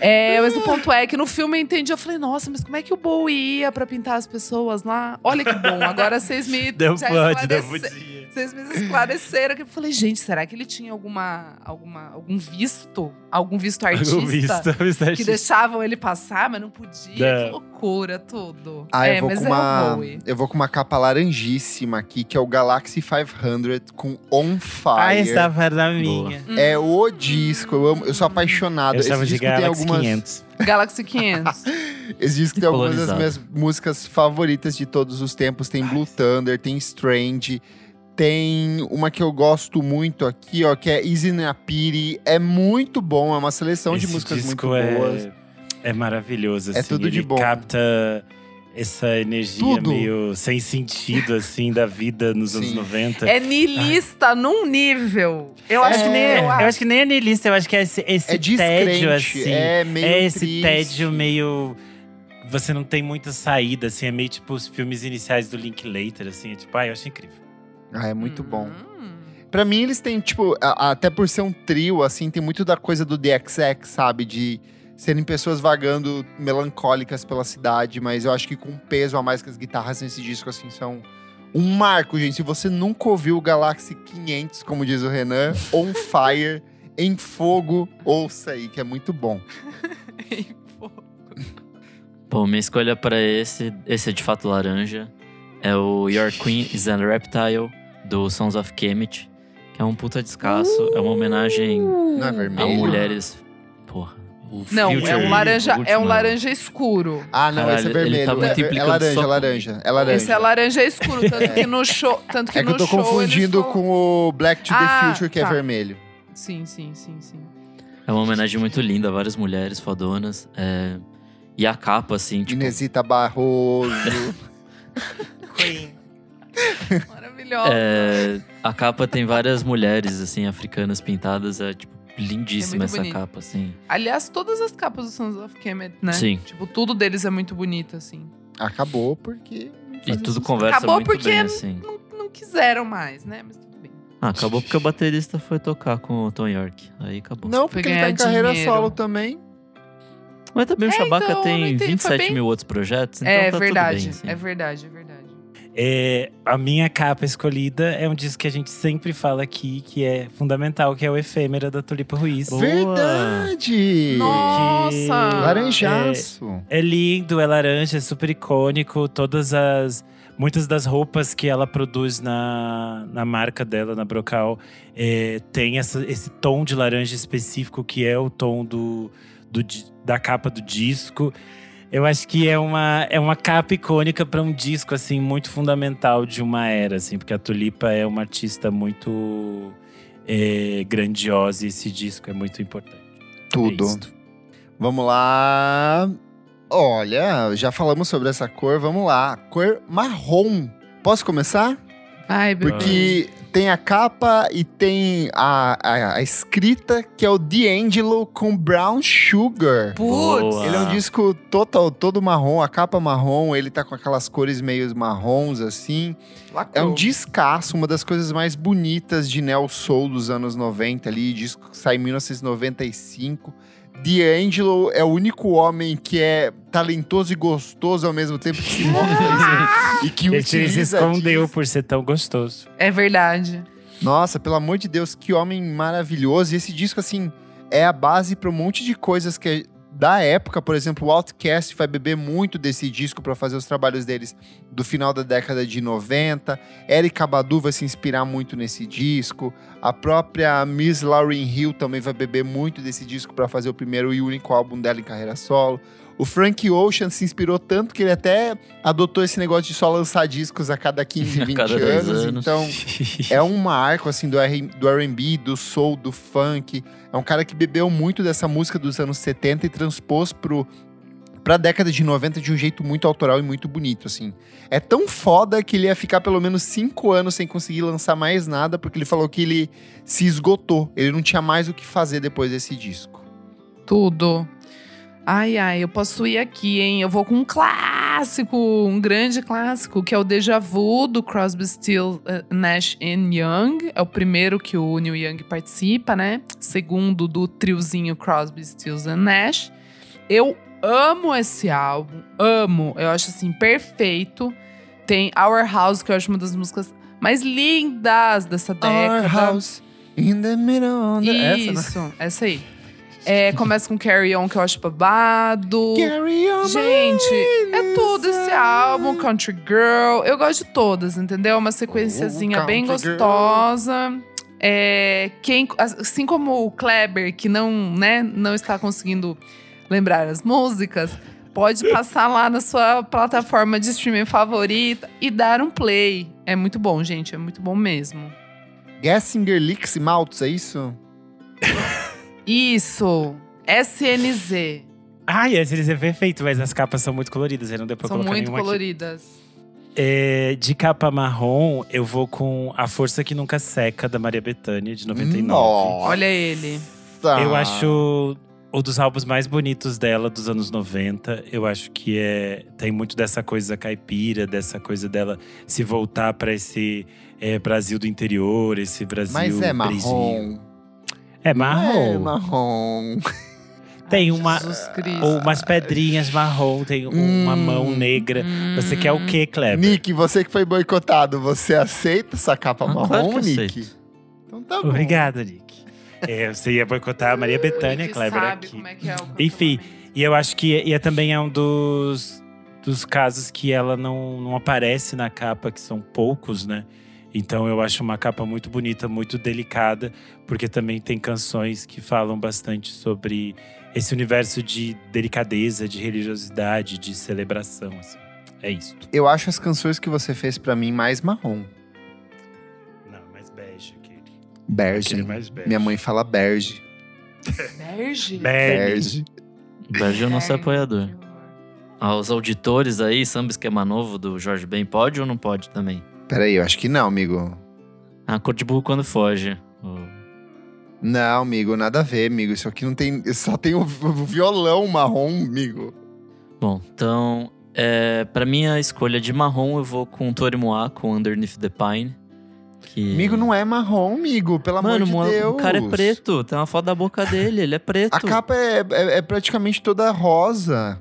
[SPEAKER 2] É, mas o ponto é que no filme eu entendi. Eu falei, nossa, mas como é que o Bowie ia pra pintar as pessoas lá? Olha que bom, agora vocês me.
[SPEAKER 3] Deu
[SPEAKER 2] já
[SPEAKER 3] pode, deu
[SPEAKER 2] esclarece-
[SPEAKER 3] podia.
[SPEAKER 2] Vocês me esclareceram. que Eu falei, gente, será que ele tinha alguma, alguma, algum visto? Algum visto artista?
[SPEAKER 3] Eu vi isso, eu vi isso,
[SPEAKER 2] Que
[SPEAKER 3] achei.
[SPEAKER 2] deixavam ele passar, mas não podia.
[SPEAKER 3] Não.
[SPEAKER 2] Que loucura, tudo.
[SPEAKER 1] Ah,
[SPEAKER 2] é,
[SPEAKER 1] eu, vou
[SPEAKER 2] mas
[SPEAKER 1] com
[SPEAKER 2] é o
[SPEAKER 1] uma,
[SPEAKER 2] Bowie.
[SPEAKER 1] eu vou com uma capa laranjíssima aqui, que é o Galaxy 500 com On Fire.
[SPEAKER 3] Ai, Ah, estava na
[SPEAKER 4] Boa.
[SPEAKER 3] minha.
[SPEAKER 1] É o disco, eu, amo, eu sou apaixonado.
[SPEAKER 3] Eu
[SPEAKER 1] Esse
[SPEAKER 3] estava de
[SPEAKER 1] disco tem
[SPEAKER 3] Galaxy
[SPEAKER 1] algumas,
[SPEAKER 3] 500.
[SPEAKER 2] Galaxy 500.
[SPEAKER 1] Esse disco tem algumas das
[SPEAKER 4] Polarizado.
[SPEAKER 1] minhas músicas favoritas de todos os tempos. Tem Blue Thunder, tem Strange, tem uma que eu gosto muito aqui, ó, que é Easy Napiri. É muito bom, é uma seleção de
[SPEAKER 3] Esse
[SPEAKER 1] músicas muito
[SPEAKER 3] disco
[SPEAKER 1] boas.
[SPEAKER 3] É, é maravilhoso,
[SPEAKER 1] É
[SPEAKER 3] assim.
[SPEAKER 1] tudo de
[SPEAKER 3] Ele
[SPEAKER 1] bom.
[SPEAKER 3] capta essa energia
[SPEAKER 1] Tudo.
[SPEAKER 3] meio sem sentido, assim, da vida nos anos
[SPEAKER 1] Sim.
[SPEAKER 3] 90.
[SPEAKER 2] é niilista num nível. Eu
[SPEAKER 1] É.
[SPEAKER 2] acho que nem eu
[SPEAKER 3] eu
[SPEAKER 2] acho.
[SPEAKER 3] acho que nem é niilista, eu acho que é esse, esse
[SPEAKER 1] É
[SPEAKER 3] tédio,
[SPEAKER 1] descrente,
[SPEAKER 3] assim.
[SPEAKER 1] é meio
[SPEAKER 3] É esse
[SPEAKER 1] triste.
[SPEAKER 3] tédio meio. Você não tem muita saída, assim. É meio tipo os filmes iniciais do Linklater, assim. É tipo, ai, eu acho incrível.
[SPEAKER 1] Ah, é muito bom.
[SPEAKER 2] Hum.
[SPEAKER 1] Pra mim, eles têm, tipo, a- a- até por ser um trio, assim, tem muito da coisa do DXX, sabe? De serem pessoas vagando melancólicas pela cidade, mas eu acho que com um peso a mais que as guitarras nesse disco, assim, são um marco, gente. Se você nunca ouviu o Galaxy 500, como diz o Renan, on fire, em fogo, ouça aí, que é muito bom.
[SPEAKER 4] Bom, minha escolha pra esse, esse é de fato laranja, é o Your Queen is a Reptile, do Sons of Kemet, que é um puta descasso, é uma homenagem
[SPEAKER 1] Não é
[SPEAKER 4] a
[SPEAKER 1] vermelho?
[SPEAKER 4] mulheres. Porra. o
[SPEAKER 2] Uh. Não, é
[SPEAKER 4] Future
[SPEAKER 2] um laranja, é um
[SPEAKER 4] Goodman.
[SPEAKER 2] laranja escuro.
[SPEAKER 1] Ah, não,
[SPEAKER 4] Caralho,
[SPEAKER 1] esse é
[SPEAKER 4] ele
[SPEAKER 1] vermelho.
[SPEAKER 4] tá muito
[SPEAKER 1] É- é,
[SPEAKER 4] implicando
[SPEAKER 1] laranja,
[SPEAKER 4] só
[SPEAKER 1] é
[SPEAKER 4] com-
[SPEAKER 1] laranja, é laranja.
[SPEAKER 2] Esse é laranja escuro, tanto que no show, tanto que
[SPEAKER 1] É que eu
[SPEAKER 2] no
[SPEAKER 1] tô
[SPEAKER 2] show
[SPEAKER 1] confundindo
[SPEAKER 2] eles
[SPEAKER 1] com o Black to the
[SPEAKER 2] Ah,
[SPEAKER 1] Future, que é
[SPEAKER 2] tá.
[SPEAKER 1] vermelho.
[SPEAKER 2] Sim, sim, sim, sim.
[SPEAKER 4] É uma homenagem muito linda, várias mulheres fodonas. é, E a capa, assim, tipo,
[SPEAKER 1] Inesita Barroso.
[SPEAKER 2] Maravilhosa.
[SPEAKER 4] É, a capa tem várias mulheres, assim, africanas pintadas. É, tipo, lindíssima
[SPEAKER 2] É muito
[SPEAKER 4] essa
[SPEAKER 2] bonito.
[SPEAKER 4] capa, assim.
[SPEAKER 2] Aliás, todas as capas do Sons of Kemet, né?
[SPEAKER 4] Sim.
[SPEAKER 2] Tipo, tudo deles é muito bonito, assim.
[SPEAKER 1] Acabou porque. não
[SPEAKER 4] E
[SPEAKER 1] fazia
[SPEAKER 4] tudo
[SPEAKER 1] sucesso.
[SPEAKER 4] conversa
[SPEAKER 2] Acabou
[SPEAKER 4] muito
[SPEAKER 2] porque
[SPEAKER 4] bem, assim.
[SPEAKER 2] Não, não quiseram mais, né? Mas tudo bem.
[SPEAKER 4] Ah, acabou porque o baterista foi tocar com o Tom York. Aí acabou.
[SPEAKER 1] Não, porque ele tá em
[SPEAKER 2] ganhar
[SPEAKER 1] carreira
[SPEAKER 2] dinheiro.
[SPEAKER 1] solo também.
[SPEAKER 4] Mas também o
[SPEAKER 2] É,
[SPEAKER 4] Shabaka
[SPEAKER 2] então, eu não
[SPEAKER 4] tem
[SPEAKER 2] entendi, foi
[SPEAKER 4] 27
[SPEAKER 2] bem-
[SPEAKER 4] mil outros projetos, então
[SPEAKER 2] é,
[SPEAKER 4] tá
[SPEAKER 2] verdade,
[SPEAKER 4] tudo bem, assim.
[SPEAKER 2] é verdade, é verdade.
[SPEAKER 3] É, a minha capa escolhida é um disco que a gente sempre fala aqui, que é fundamental, que é o Efêmera da Tulipa Ruiz.
[SPEAKER 4] Boa.
[SPEAKER 1] Verdade!
[SPEAKER 2] Nossa!
[SPEAKER 1] Laranjaço.
[SPEAKER 3] É lindo, é laranja, é super icônico. Todas as. Muitas das roupas que ela produz na, na marca dela, na Brocal, é, tem essa- esse tom de laranja específico que é o tom do, do di- da capa do disco. Eu acho que é uma, é uma capa icônica para um disco assim muito fundamental de uma era, assim, porque a Tulipa é uma artista muito é, grandiosa e esse disco é muito importante.
[SPEAKER 1] Tudo.
[SPEAKER 3] É isto.
[SPEAKER 1] Vamos lá. Olha, já falamos sobre essa cor, vamos lá. Cor marrom. Posso começar?
[SPEAKER 2] Uhum. Ai, bebê.
[SPEAKER 1] Porque tem a capa e tem a, a- a escrita, que é o D'Angelo com Brown Sugar.
[SPEAKER 2] Putz!
[SPEAKER 4] Boa.
[SPEAKER 1] Ele é um disco total, todo marrom, a capa marrom, ele tá com aquelas cores meio marrons assim. É um descasso, uma das coisas mais bonitas de Neo Soul dos anos 90 ali, disco que sai em 1995. D'Angelo é o único homem que é talentoso e gostoso ao mesmo tempo que se mostra e que
[SPEAKER 3] Ele se
[SPEAKER 1] utiliza
[SPEAKER 3] escondeu
[SPEAKER 1] disso.
[SPEAKER 3] por ser tão gostoso.
[SPEAKER 2] É verdade.
[SPEAKER 1] Nossa, pelo amor de Deus, que homem maravilhoso. E esse disco, assim, é a base para um monte de coisas que é da época. Por exemplo, o Outcast vai beber muito desse disco para fazer os trabalhos deles do final da década de 90. Erika Badu vai se inspirar muito nesse disco. A própria Miss Lauryn Hill também vai beber muito desse disco para fazer o primeiro e único álbum dela em carreira solo. O Frank Ocean se inspirou tanto que ele até adotou esse negócio de só lançar discos a cada 15, 20
[SPEAKER 4] cada 10
[SPEAKER 1] anos.
[SPEAKER 4] anos.
[SPEAKER 1] Então, é um marco assim do R- do R&B, do soul, do funk. É um cara que bebeu muito dessa música dos anos 70 e transpôs pro pra década de 90 de um jeito muito autoral e muito bonito, assim. É tão foda que ele ia ficar pelo menos cinco anos sem conseguir lançar mais nada, porque ele falou que ele se esgotou. Ele não tinha mais o que fazer depois desse disco.
[SPEAKER 2] Tudo. Ai, ai, eu posso ir aqui, hein? Eu vou com um clássico, um grande clássico, que é o Deja Vu do Crosby, Still, Nash and Young. É o primeiro que o Neil Young participa, né? Segundo do triozinho Crosby, Stills and Nash. Eu amo esse álbum, amo. Eu acho assim perfeito. Tem Our House, que eu acho uma das músicas mais lindas dessa década.
[SPEAKER 1] Our house in the middle of the... Essa, né?
[SPEAKER 2] É, Isso, essa aí. É, começa com Carry On, que eu acho babado.
[SPEAKER 1] Carry on my
[SPEAKER 2] Gente, é tudo esse
[SPEAKER 1] innocence.
[SPEAKER 2] álbum, Country Girl. Eu gosto de todas, entendeu? Uma sequenciazinha
[SPEAKER 1] Oh,
[SPEAKER 2] bem
[SPEAKER 1] Country Girl.
[SPEAKER 2] gostosa. É, quem, assim como o Kleber, que não, né, não está conseguindo lembrar as músicas, pode passar lá na sua plataforma de streaming favorita e dar um play. É muito bom, gente. É muito bom mesmo.
[SPEAKER 1] Gessinger, Licks e Maltz, é isso?
[SPEAKER 2] Isso! SNZ.
[SPEAKER 3] Ai, esse eles é perfeito, mas as capas são muito coloridas, aí não deu pra
[SPEAKER 2] São
[SPEAKER 3] colocar
[SPEAKER 2] muito
[SPEAKER 3] nenhuma aqui.
[SPEAKER 2] coloridas.
[SPEAKER 3] É, de capa marrom, eu vou com A Força Que Nunca Seca, da Maria Bethânia, de 99.
[SPEAKER 1] Nossa.
[SPEAKER 2] Olha ele.
[SPEAKER 3] Eu acho um dos álbuns mais bonitos dela dos anos 90. Eu acho que é tem muito dessa coisa caipira, dessa coisa dela se voltar pra esse é, Brasil do interior, esse Brasil
[SPEAKER 1] Mas é
[SPEAKER 3] brisinho.
[SPEAKER 1] marrom.
[SPEAKER 3] É marrom.
[SPEAKER 1] É marrom.
[SPEAKER 3] Tem
[SPEAKER 2] Ai,
[SPEAKER 3] uma
[SPEAKER 2] Jesus Cristo.
[SPEAKER 3] ou umas pedrinhas marrom, tem uma
[SPEAKER 1] Hum.
[SPEAKER 3] mão negra. Você quer o quê, Kleber?
[SPEAKER 1] Nick, você que foi boicotado, você aceita essa capa
[SPEAKER 4] Ah, claro
[SPEAKER 1] marrom,
[SPEAKER 4] que
[SPEAKER 1] Nick?
[SPEAKER 4] aceito.
[SPEAKER 1] Então tá bom.
[SPEAKER 3] Obrigado, Nick. É, você ia boicotar a Maria Bethânia,
[SPEAKER 2] Ele
[SPEAKER 3] Kleber,
[SPEAKER 2] Hum, sabe
[SPEAKER 3] aqui.
[SPEAKER 2] como é que é o canto
[SPEAKER 3] Enfim,
[SPEAKER 2] do homem.
[SPEAKER 3] E eu acho que e é também é um dos, dos casos que ela não, não aparece na capa, que são poucos, né? Então eu acho uma capa muito bonita, muito delicada, porque também tem canções que falam bastante sobre esse universo de delicadeza, de religiosidade, de celebração. assim. É isso.
[SPEAKER 1] Eu acho as canções que você fez pra mim mais marrom.
[SPEAKER 3] Não, mais bege, aquele.
[SPEAKER 1] Berge.
[SPEAKER 3] mais bege.
[SPEAKER 1] Minha mãe fala Berge.
[SPEAKER 2] Berge?
[SPEAKER 4] É,
[SPEAKER 1] Berge.
[SPEAKER 4] Berge é o nosso apoiador. Aos auditores aí, samba esquema novo do Jorge Ben, pode ou não pode também?
[SPEAKER 1] Peraí, eu acho que não, amigo.
[SPEAKER 4] A cor de burro quando foge. Oh. O-
[SPEAKER 1] Não, amigo, nada a ver, amigo. Isso aqui não tem. Só tem o v- o violão marrom, amigo.
[SPEAKER 4] Bom, então, é, pra minha escolha de marrom, eu vou com Torimoá, com Underneath the Pine. Que...
[SPEAKER 1] Amigo, não é marrom, amigo, pelo
[SPEAKER 4] Mano,
[SPEAKER 1] amor
[SPEAKER 4] mo-
[SPEAKER 1] de Deus.
[SPEAKER 4] o cara é preto, tem uma foto da boca dele, ele é preto.
[SPEAKER 1] A capa é, é- é praticamente toda rosa.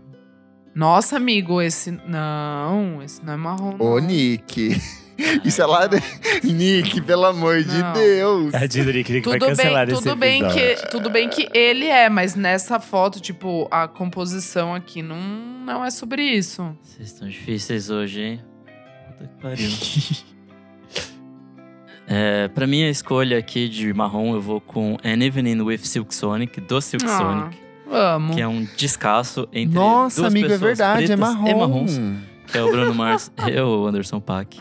[SPEAKER 2] Nossa, amigo, esse. Não, esse não é marrom.
[SPEAKER 1] Ô,
[SPEAKER 2] não.
[SPEAKER 1] Nick. Isso é lá. Nick, pelo amor de
[SPEAKER 2] Não.
[SPEAKER 1] Deus.
[SPEAKER 4] É,
[SPEAKER 3] Tadinho do Nick, ele que vai
[SPEAKER 2] Tudo
[SPEAKER 3] cancelar
[SPEAKER 2] bem,
[SPEAKER 3] esse
[SPEAKER 2] tudo bem
[SPEAKER 3] episódio.
[SPEAKER 2] que tudo bem que ele é, mas nessa foto, tipo, a composição aqui não, não é sobre isso.
[SPEAKER 4] Vocês estão difíceis hoje, hein? Puta que pariu. é, pra minha escolha aqui de marrom, eu vou com An Evening with Silk Sonic, do Silk
[SPEAKER 2] Ah,
[SPEAKER 4] Sonic.
[SPEAKER 2] Amo.
[SPEAKER 4] Que é um descasso entre
[SPEAKER 1] Nossa,
[SPEAKER 4] duas
[SPEAKER 1] amigo, é
[SPEAKER 4] pessoas
[SPEAKER 1] verdade, é
[SPEAKER 4] pretas
[SPEAKER 1] marrom.
[SPEAKER 4] E marrons, que é o Bruno Mars e o Anderson Paak.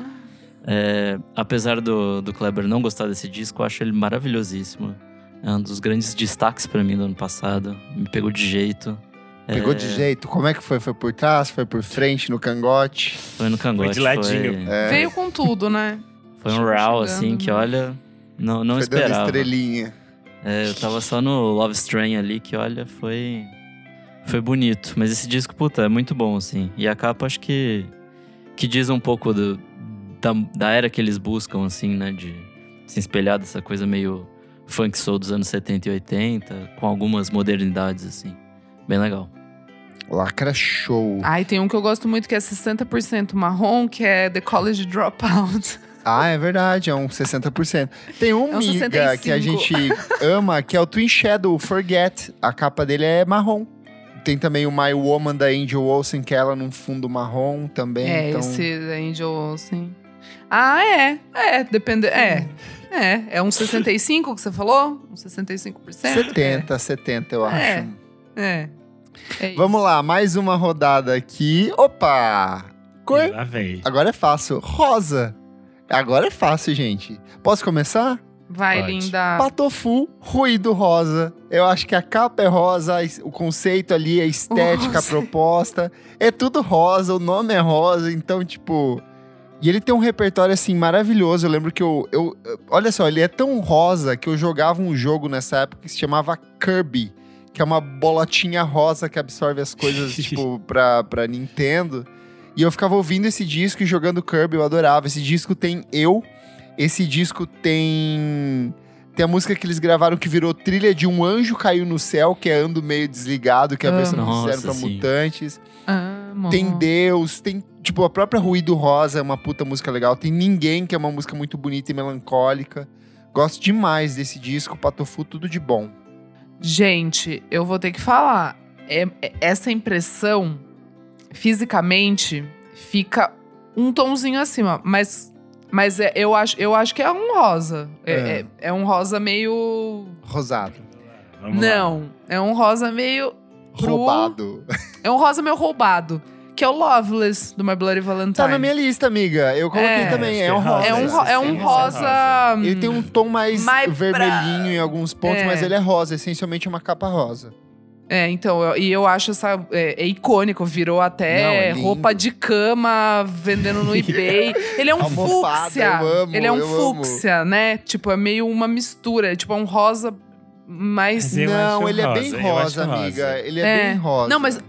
[SPEAKER 4] É, apesar do, do Kleber não gostar desse disco, eu acho ele maravilhosíssimo. É um dos grandes destaques pra mim do ano passado. Me pegou de jeito. É,
[SPEAKER 1] Pegou de jeito. Como é que foi? Foi por trás? Foi por frente, no cangote?
[SPEAKER 4] Foi no cangote.
[SPEAKER 3] Foi de ladinho.
[SPEAKER 4] Foi,
[SPEAKER 1] É,
[SPEAKER 2] Veio com tudo, né?
[SPEAKER 4] foi um raw,
[SPEAKER 2] Chegando,
[SPEAKER 4] assim, que
[SPEAKER 2] né?
[SPEAKER 4] olha. Não, não
[SPEAKER 1] foi dando
[SPEAKER 4] esperava.
[SPEAKER 1] estrelinha.
[SPEAKER 4] É, eu tava só no Love Strain ali, que olha, foi. Foi bonito. Mas esse disco, puta, é muito bom, assim. E a capa, acho que. Que diz um pouco do- da, da era que eles buscam, assim, né? De se espelhar dessa coisa meio funk soul dos anos 70 e 80, com algumas modernidades, assim. Bem legal.
[SPEAKER 1] Lacra show.
[SPEAKER 2] Ai, tem um que eu gosto muito que é 60% marrom, que é The College Dropout.
[SPEAKER 1] Ah, é verdade, é um 60%. Tem um
[SPEAKER 2] É um
[SPEAKER 1] miga que a
[SPEAKER 2] 65.
[SPEAKER 1] gente ama, que é o Twin Shadow, Forget. A capa dele é marrom. Tem também o My Woman da Angel Olsen, que é ela num fundo marrom também.
[SPEAKER 2] É,
[SPEAKER 1] então...
[SPEAKER 2] esse da Angel Olsen. Ah, é. É, depende. É. É. É um 65 que você falou? Um 65%?
[SPEAKER 1] 70, 70, eu acho.
[SPEAKER 2] É. É. É isso.
[SPEAKER 1] Vamos lá, mais uma rodada aqui. Opa!
[SPEAKER 3] E
[SPEAKER 1] Cor.
[SPEAKER 3] Lá vem.
[SPEAKER 1] Agora é fácil. Rosa. Agora é fácil, gente. Posso começar?
[SPEAKER 2] Vai,
[SPEAKER 3] Pode.
[SPEAKER 2] linda.
[SPEAKER 1] Patofu, ruído rosa. Eu acho que a capa é rosa, a es- o conceito ali, a estética, a
[SPEAKER 2] Rosa.
[SPEAKER 1] proposta. É tudo rosa, o nome é rosa, então, tipo. E ele tem um repertório, assim, maravilhoso. Eu lembro que eu, eu. eu- Olha só, ele é tão rosa que eu jogava um jogo nessa época que se chamava Kirby, que é uma bolotinha rosa que absorve as coisas, tipo, pra, pra Nintendo. E eu ficava ouvindo esse disco e jogando Kirby, eu adorava. Esse disco tem eu, esse disco tem tem a música que eles gravaram que virou trilha de Um Anjo Caiu no Céu, que é Ando Meio Desligado, que é a
[SPEAKER 2] Amo.
[SPEAKER 1] versão que
[SPEAKER 4] Nossa,
[SPEAKER 1] fizeram pra
[SPEAKER 4] sim.
[SPEAKER 1] Mutantes.
[SPEAKER 2] Amo.
[SPEAKER 1] Tem Deus, tem, tipo, a própria Ruído Rosa é uma puta música legal. Tem Ninguém, que é uma música muito bonita e melancólica. Gosto demais desse disco, Patofu, tudo de bom.
[SPEAKER 2] Gente, eu vou ter que falar. É- é- essa impressão, fisicamente, fica um tomzinho acima. Mas, mas é- eu, acho, eu acho que é um rosa. É,
[SPEAKER 1] É.
[SPEAKER 2] é- é um rosa meio.
[SPEAKER 1] Rosado.
[SPEAKER 3] Vamos lá.
[SPEAKER 2] Não. É um rosa meio. Cru.
[SPEAKER 1] Roubado. Tá
[SPEAKER 2] É um rosa meio roubado. Que é o Loveless do My Bloody Valentine.
[SPEAKER 1] Tá na minha lista, amiga. Eu coloquei
[SPEAKER 2] É.
[SPEAKER 1] também.
[SPEAKER 3] Esse
[SPEAKER 1] É um
[SPEAKER 3] é rosa.
[SPEAKER 1] rosa.
[SPEAKER 2] É um, ro- é um
[SPEAKER 3] Sim,
[SPEAKER 2] rosa.
[SPEAKER 1] Ele tem um tom mais,
[SPEAKER 2] Mais pra-
[SPEAKER 1] vermelhinho em alguns pontos,
[SPEAKER 2] É.
[SPEAKER 1] mas ele é rosa, essencialmente uma capa rosa.
[SPEAKER 2] É, então, eu- e eu acho essa. É, é icônico, virou
[SPEAKER 1] Não, é
[SPEAKER 2] até
[SPEAKER 1] lindo.
[SPEAKER 2] roupa de cama vendendo no eBay. Ele é um
[SPEAKER 1] Almofada,
[SPEAKER 2] fúcsia.
[SPEAKER 1] eu amo,
[SPEAKER 2] Ele é um
[SPEAKER 1] eu amo.
[SPEAKER 2] fúcsia, né? Tipo, é meio uma mistura. É tipo, é um rosa mais.
[SPEAKER 3] Mas eu
[SPEAKER 1] não,
[SPEAKER 3] acho
[SPEAKER 1] ele é bem
[SPEAKER 3] rosa, eu
[SPEAKER 1] rosa,
[SPEAKER 3] acho rosa.
[SPEAKER 1] amiga. Ele é,
[SPEAKER 2] É.
[SPEAKER 1] bem rosa.
[SPEAKER 2] Não, mas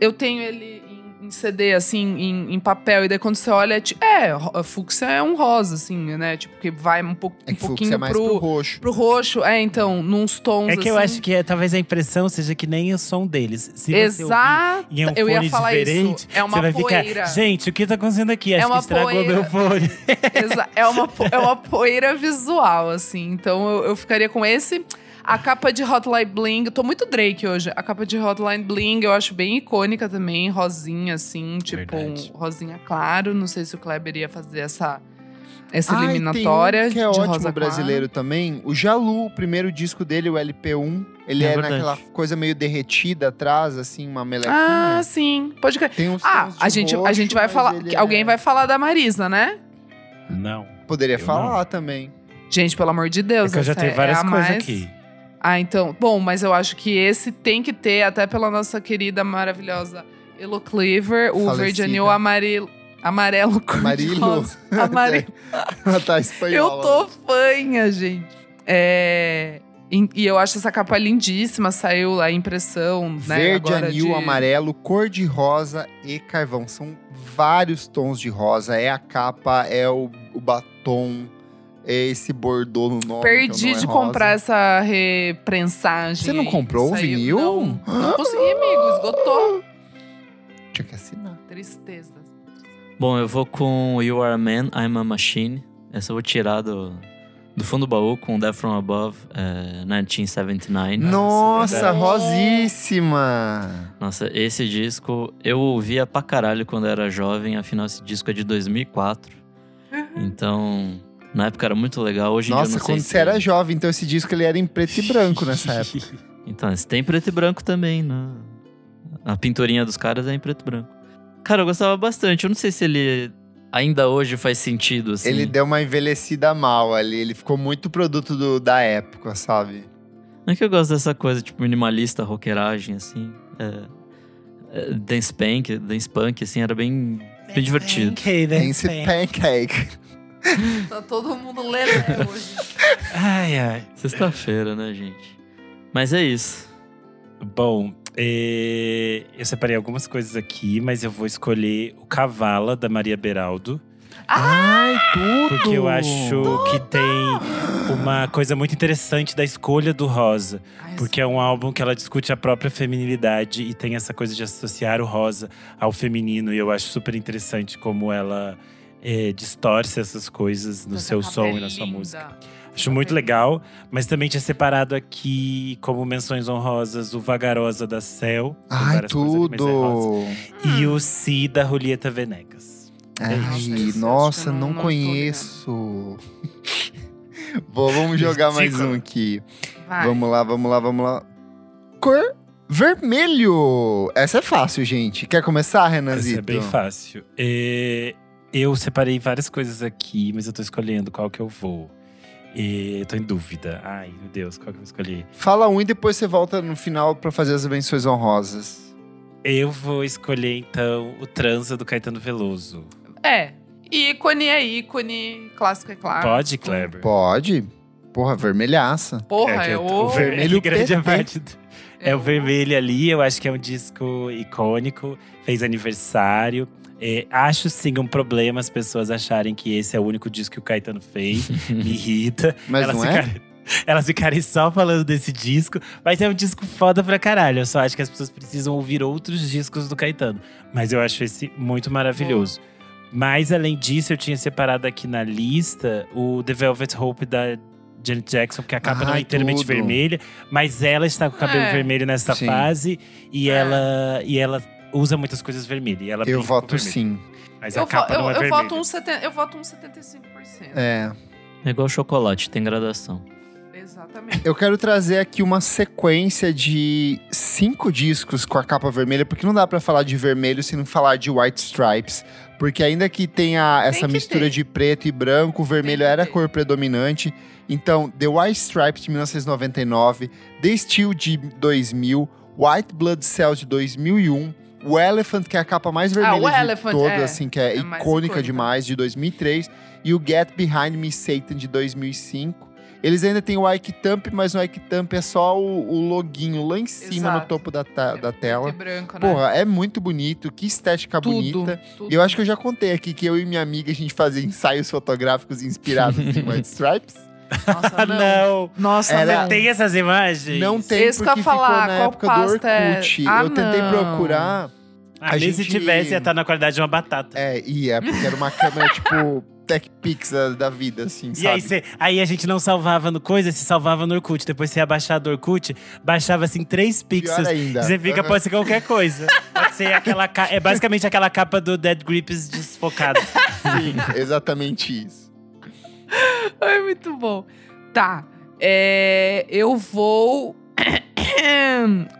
[SPEAKER 2] eu tenho ele em, em CD, assim, em, em papel. E daí quando você olha, é tipo. É, ro- fúcsia é um rosa, assim, né? Tipo, que vai um, pouco
[SPEAKER 1] É
[SPEAKER 2] um
[SPEAKER 1] que fluxo
[SPEAKER 2] pouquinho
[SPEAKER 1] é mais pro,
[SPEAKER 2] pro,
[SPEAKER 1] roxo.
[SPEAKER 2] pro roxo. É, então, nos tons.
[SPEAKER 3] É que eu
[SPEAKER 2] assim.
[SPEAKER 3] acho que é, talvez a impressão seja que nem o som deles. Se você ouvir
[SPEAKER 2] Exato.
[SPEAKER 3] em um
[SPEAKER 2] eu ia
[SPEAKER 3] fone
[SPEAKER 2] falar isso.
[SPEAKER 3] diferente,
[SPEAKER 2] É uma
[SPEAKER 3] você vai
[SPEAKER 2] poeira. É
[SPEAKER 3] ficar, gente, o que tá acontecendo aqui? Acho
[SPEAKER 2] uma
[SPEAKER 3] que estragou
[SPEAKER 2] poeira.
[SPEAKER 3] meu fone.
[SPEAKER 2] Exa- é, uma, po- é uma poeira visual, assim. Então eu, eu ficaria com esse. A capa de Hotline Bling, eu tô muito Drake hoje. A capa de Hotline Bling eu acho bem icônica também, rosinha, assim, tipo,
[SPEAKER 3] Verdade.
[SPEAKER 2] um rosinha claro. Não sei se o Kleber ia fazer essa, essa
[SPEAKER 1] Ai,
[SPEAKER 2] eliminatória.
[SPEAKER 1] tem um que é
[SPEAKER 2] de
[SPEAKER 1] ótimo
[SPEAKER 2] rosa
[SPEAKER 1] brasileiro também. O Jalu, o primeiro disco dele, o LP1. Ele
[SPEAKER 3] É
[SPEAKER 1] é,
[SPEAKER 3] verdade.
[SPEAKER 1] naquela coisa meio derretida atrás, assim, uma
[SPEAKER 2] Claro.
[SPEAKER 1] melequinha.
[SPEAKER 2] Ah, sim. Pode crer.
[SPEAKER 1] tem uns
[SPEAKER 2] Ah,
[SPEAKER 1] tons de
[SPEAKER 2] a gente, a
[SPEAKER 1] roxo,
[SPEAKER 2] gente vai
[SPEAKER 1] mas
[SPEAKER 2] falar.
[SPEAKER 1] ele
[SPEAKER 2] que
[SPEAKER 1] é-
[SPEAKER 2] Alguém vai falar da Marisa, né?
[SPEAKER 3] Não.
[SPEAKER 1] Poderia
[SPEAKER 3] Eu
[SPEAKER 1] falar também.
[SPEAKER 2] Gente, pelo amor de
[SPEAKER 3] É
[SPEAKER 2] Deus.
[SPEAKER 3] que eu já
[SPEAKER 2] essa
[SPEAKER 3] tenho
[SPEAKER 2] é
[SPEAKER 3] várias
[SPEAKER 2] a
[SPEAKER 3] coisas
[SPEAKER 2] mais-
[SPEAKER 3] aqui.
[SPEAKER 2] Ah, então. Bom, mas eu acho que esse tem que ter, até pela nossa querida, maravilhosa Elo Cleaver, o
[SPEAKER 1] Falecida.
[SPEAKER 2] Virginil amarelo. Amarelo cor de
[SPEAKER 1] Amarelo.
[SPEAKER 2] rosa. Amarelo.
[SPEAKER 1] Ela tá espanhola.
[SPEAKER 2] eu tô fanha, gente. É, E e eu acho essa capa lindíssima, saiu lá a impressão, né?
[SPEAKER 1] Verde,
[SPEAKER 2] agora
[SPEAKER 1] anil,
[SPEAKER 2] de-
[SPEAKER 1] amarelo, cor de rosa e carvão. São vários tons de rosa. É a capa, é o, o batom, é esse bordô no nome.
[SPEAKER 2] Perdi
[SPEAKER 1] então não é rosa.
[SPEAKER 2] de comprar essa reprensagem.
[SPEAKER 1] Você não
[SPEAKER 2] aí,
[SPEAKER 1] comprou o
[SPEAKER 2] saiu-
[SPEAKER 1] vinil?
[SPEAKER 2] Não, não consegui, amigo. Esgotou.
[SPEAKER 1] Tinha que assinar.
[SPEAKER 2] Tristeza.
[SPEAKER 4] Bom, eu vou com You Are a Man, I'm a Machine. Essa eu vou tirar do, do fundo do baú com Death from Above, eh, 1979.
[SPEAKER 1] Nossa,
[SPEAKER 3] verdade.
[SPEAKER 1] rosíssima!
[SPEAKER 4] Nossa, esse disco eu ouvia pra caralho quando era jovem, afinal esse disco é de 2004. Então, na época era muito legal, hoje em dia eu
[SPEAKER 1] Uhum. Nossa,
[SPEAKER 4] não sei
[SPEAKER 1] quando
[SPEAKER 4] se-
[SPEAKER 1] você era jovem, então esse disco ele era em preto e branco nessa época.
[SPEAKER 4] Então, esse tem preto e branco também, né? A pinturinha dos caras é em preto e branco. Cara, eu gostava bastante, eu não sei se ele ainda hoje faz sentido, assim.
[SPEAKER 1] Ele deu uma envelhecida mal ali, ele ficou muito produto do- da época, sabe?
[SPEAKER 4] Não é que eu gosto dessa coisa, tipo, minimalista, roqueiragem, assim. É, é, dance punk, dance punk, assim, era bem, bem divertido.
[SPEAKER 3] Ok, né?
[SPEAKER 1] Dance Pancake.
[SPEAKER 2] Tá todo mundo lelé
[SPEAKER 3] É.
[SPEAKER 2] hoje.
[SPEAKER 3] Ai, ai.
[SPEAKER 4] Sexta-feira, né, gente? Mas é isso.
[SPEAKER 3] Bom, eh, eu separei algumas coisas aqui, mas eu vou escolher o Cavala, da Maria Beraldo.
[SPEAKER 1] Ai, tudo!
[SPEAKER 3] Porque eu acho que tem uma coisa muito interessante da escolha do rosa.
[SPEAKER 2] Ai,
[SPEAKER 3] Porque é um álbum que ela discute a própria feminilidade e tem essa coisa de associar o rosa ao feminino. E eu acho super interessante como ela eh, distorce essas coisas no
[SPEAKER 2] Essa
[SPEAKER 3] seu
[SPEAKER 2] capa
[SPEAKER 3] som
[SPEAKER 2] é
[SPEAKER 3] e na sua
[SPEAKER 2] linda.
[SPEAKER 3] música.
[SPEAKER 2] Essa
[SPEAKER 3] Acho muito
[SPEAKER 2] capa é
[SPEAKER 3] legal, mas também tinha separado aqui como menções honrosas o Vagarosa da Cel. tem
[SPEAKER 1] Ai,
[SPEAKER 3] várias coisas aqui, mas é rosa,
[SPEAKER 1] tudo!
[SPEAKER 2] Ah.
[SPEAKER 3] E o Si da Julieta Venegas.
[SPEAKER 1] É,
[SPEAKER 2] isso,
[SPEAKER 1] Ai,
[SPEAKER 2] isso, acho que
[SPEAKER 1] nossa,
[SPEAKER 2] eu não-
[SPEAKER 1] não,
[SPEAKER 2] não
[SPEAKER 1] conheço. Bom, vamos jogar mais um aqui.
[SPEAKER 2] Vai.
[SPEAKER 1] Vamos lá, vamos lá, vamos lá. Cor Vermelho! Essa é fácil, gente. Quer começar, Renanzito?
[SPEAKER 3] Essa é bem fácil. É, eu separei várias coisas aqui, mas eu tô escolhendo qual que eu vou. E eu tô em dúvida. Ai, meu Deus, qual que eu vou escolher?
[SPEAKER 1] Fala um e depois você volta no final pra fazer as menções honrosas.
[SPEAKER 3] Eu vou escolher, então, o Transa do Caetano Veloso.
[SPEAKER 2] É. Ícone é ícone, clássico é clássico.
[SPEAKER 3] Pode, Kleber?
[SPEAKER 1] Pode? Porra, vermelhaça.
[SPEAKER 2] Porra,
[SPEAKER 3] que
[SPEAKER 2] é,
[SPEAKER 3] eu-
[SPEAKER 2] o.
[SPEAKER 1] ver- vermelho
[SPEAKER 3] é que grande
[SPEAKER 1] PT.
[SPEAKER 3] parte do- É o vermelho ali, eu acho que é um disco icônico, fez aniversário. É, acho sim um problema as pessoas acharem que esse é o único disco que o Caetano fez. Me irrita.
[SPEAKER 1] Mas
[SPEAKER 3] elas
[SPEAKER 1] não é?
[SPEAKER 3] ficarem, elas ficarem só falando desse disco. Mas é um disco foda pra caralho. Eu só acho que as pessoas precisam ouvir outros discos do Caetano. Mas eu acho esse muito maravilhoso.
[SPEAKER 1] Hum.
[SPEAKER 3] Mas além disso, eu tinha separado aqui na lista o The Velvet Hope da Janet Jackson, porque a capa não
[SPEAKER 1] Ai,
[SPEAKER 3] é inteiramente
[SPEAKER 1] tudo.
[SPEAKER 3] vermelha, mas ela está com o cabelo
[SPEAKER 2] É.
[SPEAKER 3] vermelho nessa
[SPEAKER 1] Sim.
[SPEAKER 3] fase e
[SPEAKER 2] É.
[SPEAKER 3] ela e ela usa muitas coisas vermelhas. e ela
[SPEAKER 1] Eu
[SPEAKER 3] brinca com o
[SPEAKER 1] voto
[SPEAKER 3] vermelho.
[SPEAKER 1] sim.
[SPEAKER 3] Mas a
[SPEAKER 2] Eu,
[SPEAKER 3] capa
[SPEAKER 2] vo- eu,
[SPEAKER 3] não é
[SPEAKER 2] eu, voto
[SPEAKER 3] vermelha.
[SPEAKER 2] um seten- eu voto um 75%.
[SPEAKER 1] É.
[SPEAKER 4] É igual chocolate, tem gradação.
[SPEAKER 2] Exatamente.
[SPEAKER 1] Eu quero trazer aqui uma sequência de cinco discos com a capa vermelha, porque não dá pra falar de vermelho sem não falar de White Stripes. Porque ainda que tenha essa
[SPEAKER 2] que
[SPEAKER 1] mistura
[SPEAKER 2] ter.
[SPEAKER 1] de preto e branco, o vermelho
[SPEAKER 2] que
[SPEAKER 1] era a
[SPEAKER 2] ter.
[SPEAKER 1] cor predominante. Então, The White Stripes de 1999, The Steel de 2000, White Blood Cells de 2001, o Elephant, que é a capa mais vermelha
[SPEAKER 2] Ah, o
[SPEAKER 1] de
[SPEAKER 2] Elephant,
[SPEAKER 1] todas,
[SPEAKER 2] é.
[SPEAKER 1] assim, que é,
[SPEAKER 2] É mais
[SPEAKER 1] icônica
[SPEAKER 2] icônica.
[SPEAKER 1] demais, de 2003, e o Get Behind Me Satan de 2005. Eles ainda têm o Ike Thump, mas no Ike Thump é só o, o loguinho lá em cima, no
[SPEAKER 2] Exato.
[SPEAKER 1] topo da, ta- da
[SPEAKER 2] Preto
[SPEAKER 1] tela.
[SPEAKER 2] e branco, né?
[SPEAKER 1] Porra, é muito bonito, que estética
[SPEAKER 2] tudo,
[SPEAKER 1] bonita.
[SPEAKER 2] tudo.
[SPEAKER 1] E eu acho que eu já contei aqui que eu e minha amiga, a gente fazia ensaios fotográficos inspirados em White Stripes.
[SPEAKER 2] Nossa,
[SPEAKER 3] Ah,
[SPEAKER 2] não.
[SPEAKER 3] não!
[SPEAKER 2] Nossa,
[SPEAKER 1] Era-
[SPEAKER 2] não.
[SPEAKER 3] Tem essas imagens?
[SPEAKER 1] Não tem
[SPEAKER 2] Isso que eu
[SPEAKER 1] porque
[SPEAKER 2] ia falar,
[SPEAKER 1] ficou na
[SPEAKER 2] qual
[SPEAKER 1] época do
[SPEAKER 2] pasta é?
[SPEAKER 1] Orkut.
[SPEAKER 2] Ah,
[SPEAKER 1] eu tentei
[SPEAKER 2] não.
[SPEAKER 1] procurar,
[SPEAKER 3] Ah,
[SPEAKER 1] A
[SPEAKER 3] nem se
[SPEAKER 1] gente-
[SPEAKER 3] tivesse, ia estar na qualidade de uma batata.
[SPEAKER 1] é, e é porque era uma câmera tipo Tech Pix da, da vida, assim,
[SPEAKER 3] E aí,
[SPEAKER 1] sabe?
[SPEAKER 3] cê- aí a gente não salvava no coisa, se salvava no Orkut. Depois você ia baixar do Orkut, baixava assim três
[SPEAKER 1] Pior
[SPEAKER 3] pixels.
[SPEAKER 1] ainda.
[SPEAKER 3] Você fica,
[SPEAKER 1] Aham.
[SPEAKER 3] pode ser qualquer coisa. Pode ser aquela ca... É basicamente aquela capa do Dead Grips desfocado.
[SPEAKER 1] Sim, exatamente isso.
[SPEAKER 2] É muito bom. Tá. é, eu vou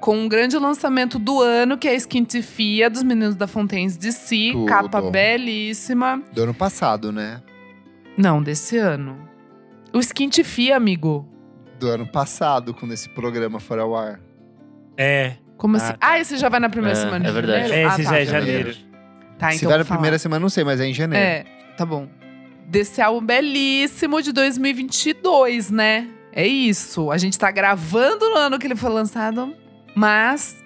[SPEAKER 2] com um grande lançamento do ano, que é a Skintifia dos Meninos da Fontaines de Si.
[SPEAKER 1] Tudo.
[SPEAKER 2] Capa belíssima.
[SPEAKER 1] Do ano passado, né?
[SPEAKER 2] Não, desse ano. O Skintifia, amigo.
[SPEAKER 1] Do ano passado, quando esse programa for ao ar.
[SPEAKER 3] É.
[SPEAKER 2] Como
[SPEAKER 3] Ah,
[SPEAKER 2] assim?
[SPEAKER 3] tá.
[SPEAKER 2] Ah, esse já vai na primeira
[SPEAKER 4] É,
[SPEAKER 2] semana
[SPEAKER 4] é
[SPEAKER 2] de
[SPEAKER 4] verdade.
[SPEAKER 2] janeiro?
[SPEAKER 3] É, esse
[SPEAKER 2] ah, tá.
[SPEAKER 3] já é
[SPEAKER 1] janeiro.
[SPEAKER 2] Tá,
[SPEAKER 1] Se
[SPEAKER 2] então
[SPEAKER 1] vai
[SPEAKER 2] vou
[SPEAKER 1] na
[SPEAKER 2] falar.
[SPEAKER 1] primeira semana, não sei, mas é em janeiro.
[SPEAKER 2] É, tá bom. Desse álbum belíssimo de 2022, né? É isso. A gente tá gravando no ano que ele foi lançado, mas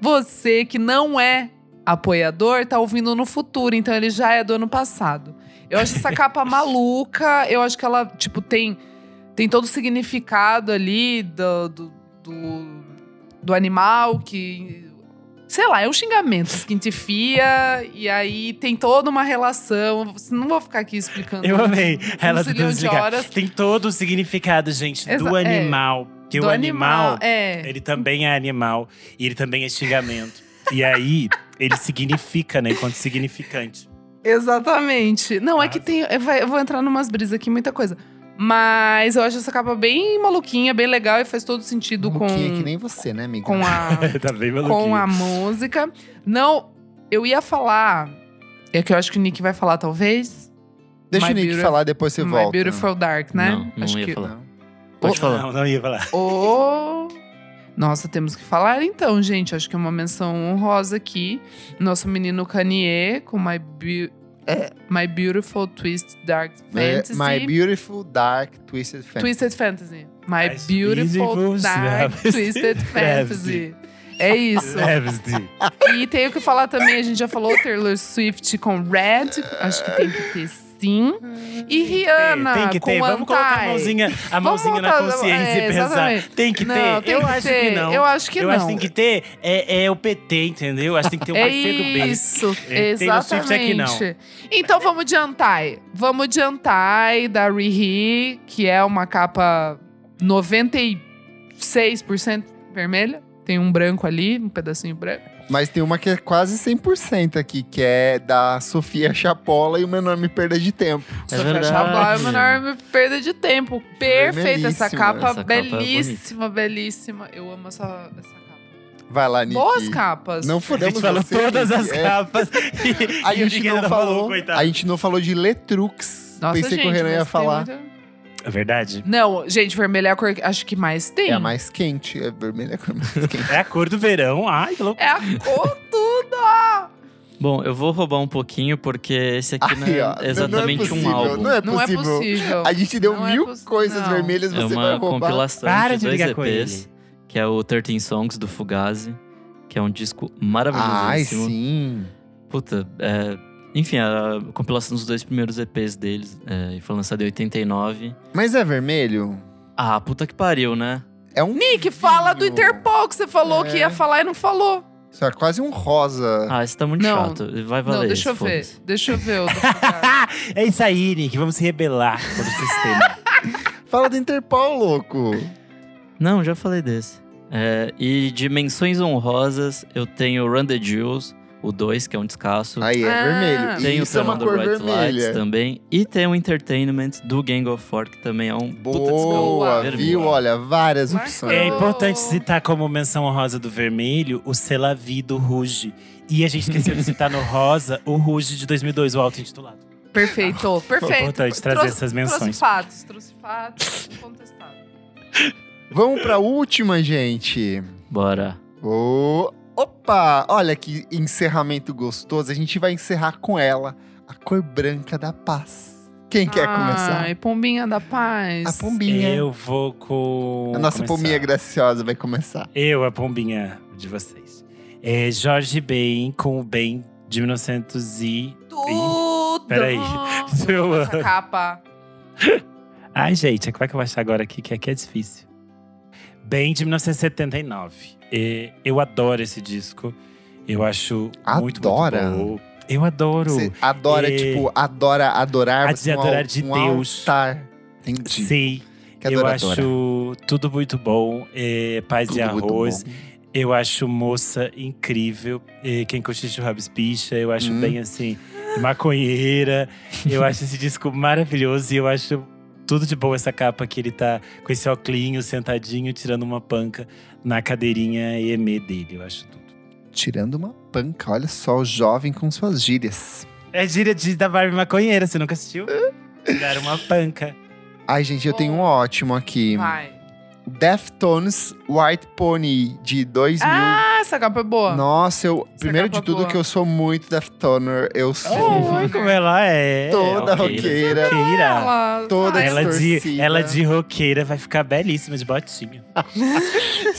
[SPEAKER 2] você que não é apoiador tá ouvindo no futuro, então ele já é do ano passado. Eu acho essa capa maluca, eu acho que ela, tipo, tem, tem todo o significado ali do, do, do, do animal que. Sei lá, é um xingamento, esquintifia, e aí tem toda uma relação. Não vou ficar aqui explicando.
[SPEAKER 3] Eu amei. Ela tá
[SPEAKER 2] um zilhão de
[SPEAKER 3] desligar.
[SPEAKER 2] horas.
[SPEAKER 3] Tem todo o significado, gente,
[SPEAKER 2] Exa-
[SPEAKER 3] do
[SPEAKER 2] é.
[SPEAKER 3] animal. Que
[SPEAKER 2] do
[SPEAKER 3] o animal,
[SPEAKER 2] É.
[SPEAKER 3] ele também é animal. E ele também é xingamento. e aí, ele significa, né? Enquanto significante.
[SPEAKER 2] Exatamente. Não, é que
[SPEAKER 3] Arrasou.
[SPEAKER 2] tem. Eu vai- eu vou entrar numas brisas aqui, muita coisa. Mas eu acho essa capa bem maluquinha, bem legal e faz todo sentido com,
[SPEAKER 1] Luquinha, que nem você, né, amiga?
[SPEAKER 2] com a.
[SPEAKER 3] tá bem
[SPEAKER 2] com
[SPEAKER 3] maluquinho.
[SPEAKER 2] a música. Não, eu ia falar. É que eu acho que o Nick vai falar, talvez.
[SPEAKER 1] Deixa
[SPEAKER 2] My
[SPEAKER 1] o Nick
[SPEAKER 2] Beautiful-
[SPEAKER 1] falar, depois você
[SPEAKER 2] My
[SPEAKER 1] volta.
[SPEAKER 2] Beautiful Dark, né?
[SPEAKER 4] Não, não
[SPEAKER 2] acho
[SPEAKER 4] ia
[SPEAKER 2] que.
[SPEAKER 4] falar.
[SPEAKER 1] Não.
[SPEAKER 4] Pode falar.
[SPEAKER 3] Não, não ia falar.
[SPEAKER 2] Ô! Nossa, temos que falar então, gente. Acho que é uma menção honrosa aqui. Nosso menino Kanye com My, Beau- é, My Beautiful Twist Dark
[SPEAKER 1] É,
[SPEAKER 2] Fantasy.
[SPEAKER 1] My Beautiful Dark Twisted Fantasy.
[SPEAKER 2] Twisted Fantasy. My
[SPEAKER 3] As
[SPEAKER 2] Beautiful
[SPEAKER 3] Beautiful
[SPEAKER 2] Dark
[SPEAKER 3] Fantasy.
[SPEAKER 2] Twisted Fantasy. É isso.
[SPEAKER 3] Leve-se.
[SPEAKER 2] E tenho que falar também, a gente já falou Taylor Swift com Red, acho que tem que ter sim. E Rihanna
[SPEAKER 3] Tem que
[SPEAKER 2] com
[SPEAKER 3] ter. Vamos colocar a
[SPEAKER 2] Anti.
[SPEAKER 3] mãozinha, a mãozinha na
[SPEAKER 2] botar-
[SPEAKER 3] consciência
[SPEAKER 2] é,
[SPEAKER 3] e pensar.
[SPEAKER 2] exatamente.
[SPEAKER 3] Tem que ter.
[SPEAKER 2] Não, tem
[SPEAKER 3] eu
[SPEAKER 2] que
[SPEAKER 3] acho
[SPEAKER 2] ter.
[SPEAKER 3] que não.
[SPEAKER 2] Eu acho que
[SPEAKER 3] eu
[SPEAKER 2] não.
[SPEAKER 3] acho que tem que ter é, é o PT, entendeu? Acho que tem que ter o
[SPEAKER 2] é
[SPEAKER 3] PC do B.
[SPEAKER 2] isso,
[SPEAKER 3] É, Taylor Swift aqui não.
[SPEAKER 2] exatamente. Então vamos de Anti. Vamos de Anti da Rihi, que é uma capa 96% vermelha. Tem um branco ali, um pedacinho branco.
[SPEAKER 1] Mas tem uma que é quase 100% aqui, que é da Sofia Chapola e uma enorme perda de tempo.
[SPEAKER 2] Só que
[SPEAKER 4] verdade.
[SPEAKER 1] Ah,
[SPEAKER 2] achar a Blau é uma
[SPEAKER 1] né?
[SPEAKER 2] enorme perda de tempo. Perfeita essa
[SPEAKER 1] Vermelhíssima.
[SPEAKER 2] capa,
[SPEAKER 4] Essa capa é
[SPEAKER 2] belíssima, belíssima. Eu amo essa, essa capa.
[SPEAKER 1] Vai lá, Nick.
[SPEAKER 2] Boas capas.
[SPEAKER 1] Não
[SPEAKER 3] A gente
[SPEAKER 1] fudemos
[SPEAKER 3] falou
[SPEAKER 1] você,
[SPEAKER 3] todas
[SPEAKER 1] Nick.
[SPEAKER 3] as
[SPEAKER 1] É.
[SPEAKER 3] capas.
[SPEAKER 1] A
[SPEAKER 3] e o
[SPEAKER 1] gente
[SPEAKER 3] Nick
[SPEAKER 1] não
[SPEAKER 3] ainda
[SPEAKER 1] falou,
[SPEAKER 3] coitado.
[SPEAKER 1] a gente não falou de Letrux.
[SPEAKER 2] Nossa,
[SPEAKER 1] Pensei
[SPEAKER 2] gente,
[SPEAKER 1] que o Renan
[SPEAKER 2] mas
[SPEAKER 1] ia
[SPEAKER 2] tem
[SPEAKER 1] falar.
[SPEAKER 2] muita-
[SPEAKER 3] É verdade.
[SPEAKER 2] Não, gente, vermelho é a cor que acho que mais tem.
[SPEAKER 1] É a mais quente, é vermelha é a cor mais quente.
[SPEAKER 3] É a cor do verão. Ai, que louco.
[SPEAKER 2] É a cor tudo.
[SPEAKER 4] Bom, eu vou roubar um pouquinho, porque esse aqui não
[SPEAKER 1] Aí,
[SPEAKER 4] é
[SPEAKER 1] ó, não-
[SPEAKER 4] exatamente
[SPEAKER 1] não é possível,
[SPEAKER 4] um álbum.
[SPEAKER 1] Não é
[SPEAKER 2] Não é
[SPEAKER 1] possível.
[SPEAKER 2] possível.
[SPEAKER 1] A gente deu
[SPEAKER 2] Não é
[SPEAKER 1] mil
[SPEAKER 2] poss-
[SPEAKER 1] coisas
[SPEAKER 2] não.
[SPEAKER 1] vermelhas,
[SPEAKER 4] É
[SPEAKER 1] você vai
[SPEAKER 4] uma
[SPEAKER 1] roubar.
[SPEAKER 4] compilação
[SPEAKER 3] Para
[SPEAKER 4] de
[SPEAKER 3] de
[SPEAKER 4] dois
[SPEAKER 3] brigar com
[SPEAKER 4] EPs, que é o 13 Songs do Fugazi, que é um disco
[SPEAKER 1] Ai,
[SPEAKER 4] maravilhosíssimo.
[SPEAKER 1] sim.
[SPEAKER 4] Puta, é, enfim, a compilação dos dois primeiros EPs deles é, e foi lançada em 89.
[SPEAKER 1] Mas é vermelho?
[SPEAKER 4] Ah, puta que pariu, né?
[SPEAKER 1] É um.
[SPEAKER 2] Nick, fala do Interpol que você falou
[SPEAKER 1] É.
[SPEAKER 2] que ia falar e não falou.
[SPEAKER 1] Isso é quase um rosa.
[SPEAKER 4] Ah, isso tá muito
[SPEAKER 2] Não.
[SPEAKER 4] chato. Vai valer
[SPEAKER 2] não, deixa
[SPEAKER 4] isso,
[SPEAKER 2] eu ver.
[SPEAKER 4] foda-se.
[SPEAKER 2] Deixa eu ver. o do Fugazi.
[SPEAKER 3] é isso aí, Nick. Vamos se rebelar contra o sistema.
[SPEAKER 1] Fala do Interpol, louco.
[SPEAKER 4] Não, já falei desse. É, e de menções honrosas, eu tenho Run the Jewels, o 2, que é um descasso.
[SPEAKER 1] Aí é
[SPEAKER 2] Ah.
[SPEAKER 1] vermelho.
[SPEAKER 4] Tem
[SPEAKER 1] E
[SPEAKER 4] o
[SPEAKER 1] Isso é uma
[SPEAKER 4] Turn on the
[SPEAKER 1] cor
[SPEAKER 4] Bright Lights
[SPEAKER 1] vermelha.
[SPEAKER 4] também. E tem o Entertainment do Gang of Four, que também é um puta disco.
[SPEAKER 1] Boa,
[SPEAKER 4] vermelho.
[SPEAKER 1] viu? Olha, várias
[SPEAKER 2] Marcou.
[SPEAKER 3] é
[SPEAKER 1] opções.
[SPEAKER 3] importante citar como menção honrosa do vermelho o Selavi do Ruge. E a gente esqueceu de citar no rosa o Ruge de 2002, o auto-intitulado.
[SPEAKER 2] Perfeito, perfeito.
[SPEAKER 3] É Importante trazer
[SPEAKER 2] Trouxe-
[SPEAKER 3] essas
[SPEAKER 2] Trouxe
[SPEAKER 3] menções.
[SPEAKER 2] fatos, trouxe fatos. Contestado.
[SPEAKER 1] Vamos pra última, gente.
[SPEAKER 4] Bora.
[SPEAKER 1] Ô, Opa! Olha que encerramento gostoso. A gente vai encerrar com ela, a cor branca da paz. Quem quer começar?
[SPEAKER 2] Ai, pombinha da paz.
[SPEAKER 1] A pombinha.
[SPEAKER 3] Eu vou com.
[SPEAKER 1] a nossa
[SPEAKER 3] começar.
[SPEAKER 1] pombinha é graciosa vai começar.
[SPEAKER 3] Eu, a pombinha de vocês. É Jorge Ben com o Ben de 1900 e.
[SPEAKER 2] Tudo.
[SPEAKER 3] peraí. Eu
[SPEAKER 2] Essa capa.
[SPEAKER 3] Ai, gente, como é que eu vou achar agora aqui? Que aqui é difícil. Ben de 1979. É, eu adoro esse disco. Eu acho muito,
[SPEAKER 1] Adora?
[SPEAKER 3] muito bom. Eu adoro.
[SPEAKER 1] Você adora,
[SPEAKER 3] É.
[SPEAKER 1] tipo, adora adorar.
[SPEAKER 3] A de
[SPEAKER 1] um al-
[SPEAKER 3] adorar de
[SPEAKER 1] um
[SPEAKER 3] Deus.
[SPEAKER 1] Altar. Entendi.
[SPEAKER 3] Sim,
[SPEAKER 1] que
[SPEAKER 3] eu
[SPEAKER 1] adoradora.
[SPEAKER 3] acho tudo muito bom. É, paz e
[SPEAKER 1] Tudo muito
[SPEAKER 3] arroz.
[SPEAKER 1] bom.
[SPEAKER 3] Eu acho moça incrível. Eh, Quem curte Churrasco Espicha, eu acho
[SPEAKER 1] Hum.
[SPEAKER 3] bem assim, maconheira. eu acho esse disco maravilhoso e eu acho tudo de bom essa capa que ele tá com esse oclinho, sentadinho, tirando uma panca na cadeirinha EME dele. Eu acho tudo.
[SPEAKER 1] Tirando uma panca, olha só o jovem com suas gírias.
[SPEAKER 3] É gíria de, da Barbie maconheira, você nunca assistiu? Dar uma panca.
[SPEAKER 1] Ai, gente, eu
[SPEAKER 2] Bom.
[SPEAKER 1] tenho um ótimo aqui.
[SPEAKER 2] Vai.
[SPEAKER 1] Deftones White Pony de 2000.
[SPEAKER 2] Ah, essa capa é boa.
[SPEAKER 1] Nossa, eu.
[SPEAKER 2] Essa
[SPEAKER 1] Primeiro de
[SPEAKER 2] capa
[SPEAKER 1] tudo,
[SPEAKER 2] boa.
[SPEAKER 1] que eu sou muito Deftoner.
[SPEAKER 2] Oh,
[SPEAKER 1] Eu sou
[SPEAKER 3] Oi, como ela é.
[SPEAKER 1] toda
[SPEAKER 4] roqueira.
[SPEAKER 1] roqueira.
[SPEAKER 3] Roqueira.
[SPEAKER 2] Ela,
[SPEAKER 1] Toda
[SPEAKER 2] Ai,
[SPEAKER 3] Ela de,
[SPEAKER 1] distorcida.
[SPEAKER 3] ela de roqueira vai ficar belíssima de botinha.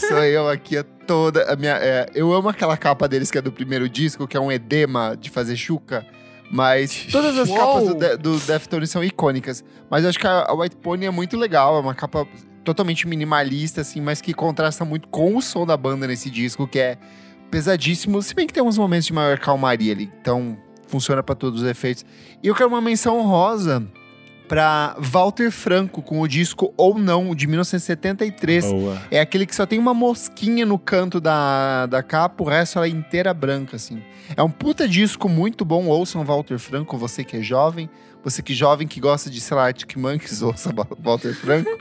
[SPEAKER 1] Sou eu aqui, é toda. A minha, é, eu amo aquela capa deles que é do primeiro disco, que é um edema de fazer chuca. Mas todas as
[SPEAKER 2] Uou!
[SPEAKER 1] capas do, De- do Deftones são icônicas. Mas eu acho que a a White Pony é muito legal. É uma capa totalmente minimalista, assim, mas que contrasta muito com o som da banda nesse disco, que é pesadíssimo. Se bem que tem uns momentos de maior calmaria ali. Então, funciona pra todos os efeitos. E eu quero uma menção honrosa pra Walter Franco com o disco Ou Não, de 1973.
[SPEAKER 3] Boa.
[SPEAKER 1] É aquele que só tem uma mosquinha no canto da, da capa, o resto ela é inteira branca, assim. É um puta disco muito bom, ouçam Walter Franco, você que é jovem, você que é jovem que gosta de, sei lá, Arctic Monkeys, ouça Wa- Walter Franco.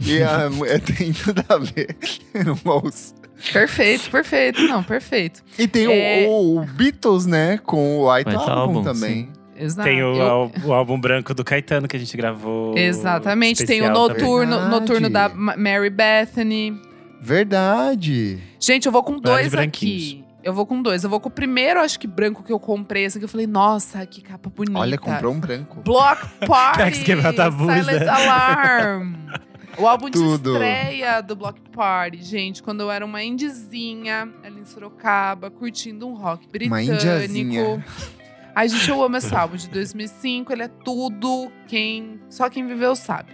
[SPEAKER 1] e é, é, tem tudo a ver, não ouça.
[SPEAKER 2] é Perfeito, perfeito. Não, perfeito.
[SPEAKER 1] E tem o-
[SPEAKER 2] É.
[SPEAKER 1] o, o Beatles, né, com o White,
[SPEAKER 4] White
[SPEAKER 1] Album,
[SPEAKER 4] Album,
[SPEAKER 1] também.
[SPEAKER 2] Exato.
[SPEAKER 3] Tem o,
[SPEAKER 2] Tá, Eu-
[SPEAKER 3] al- o álbum branco do Caetano que a gente gravou.
[SPEAKER 2] Exatamente, tem o
[SPEAKER 3] especial também.
[SPEAKER 2] noturno,
[SPEAKER 1] Verdade.
[SPEAKER 2] noturno da Ma- Mary Bethany.
[SPEAKER 1] Verdade.
[SPEAKER 2] Gente, eu vou com dois
[SPEAKER 3] branquinhos.
[SPEAKER 2] aqui. Eu vou com dois. Eu vou com o primeiro, acho que branco que eu comprei, esse que eu falei, nossa, que capa bonita.
[SPEAKER 1] Olha, comprou um branco.
[SPEAKER 2] Block
[SPEAKER 3] Tá,
[SPEAKER 2] Party.
[SPEAKER 3] que se quebrar tabus, né?
[SPEAKER 2] Silent Alarm. O álbum
[SPEAKER 1] Tudo.
[SPEAKER 2] de estreia do Block Party, gente, quando eu era uma indizinha ali em Sorocaba, curtindo um rock
[SPEAKER 1] Uma
[SPEAKER 2] britânico.
[SPEAKER 1] indiazinha.
[SPEAKER 2] Ai, gente, eu amo esse álbum de 2005, ele é tudo, quem, só quem viveu sabe.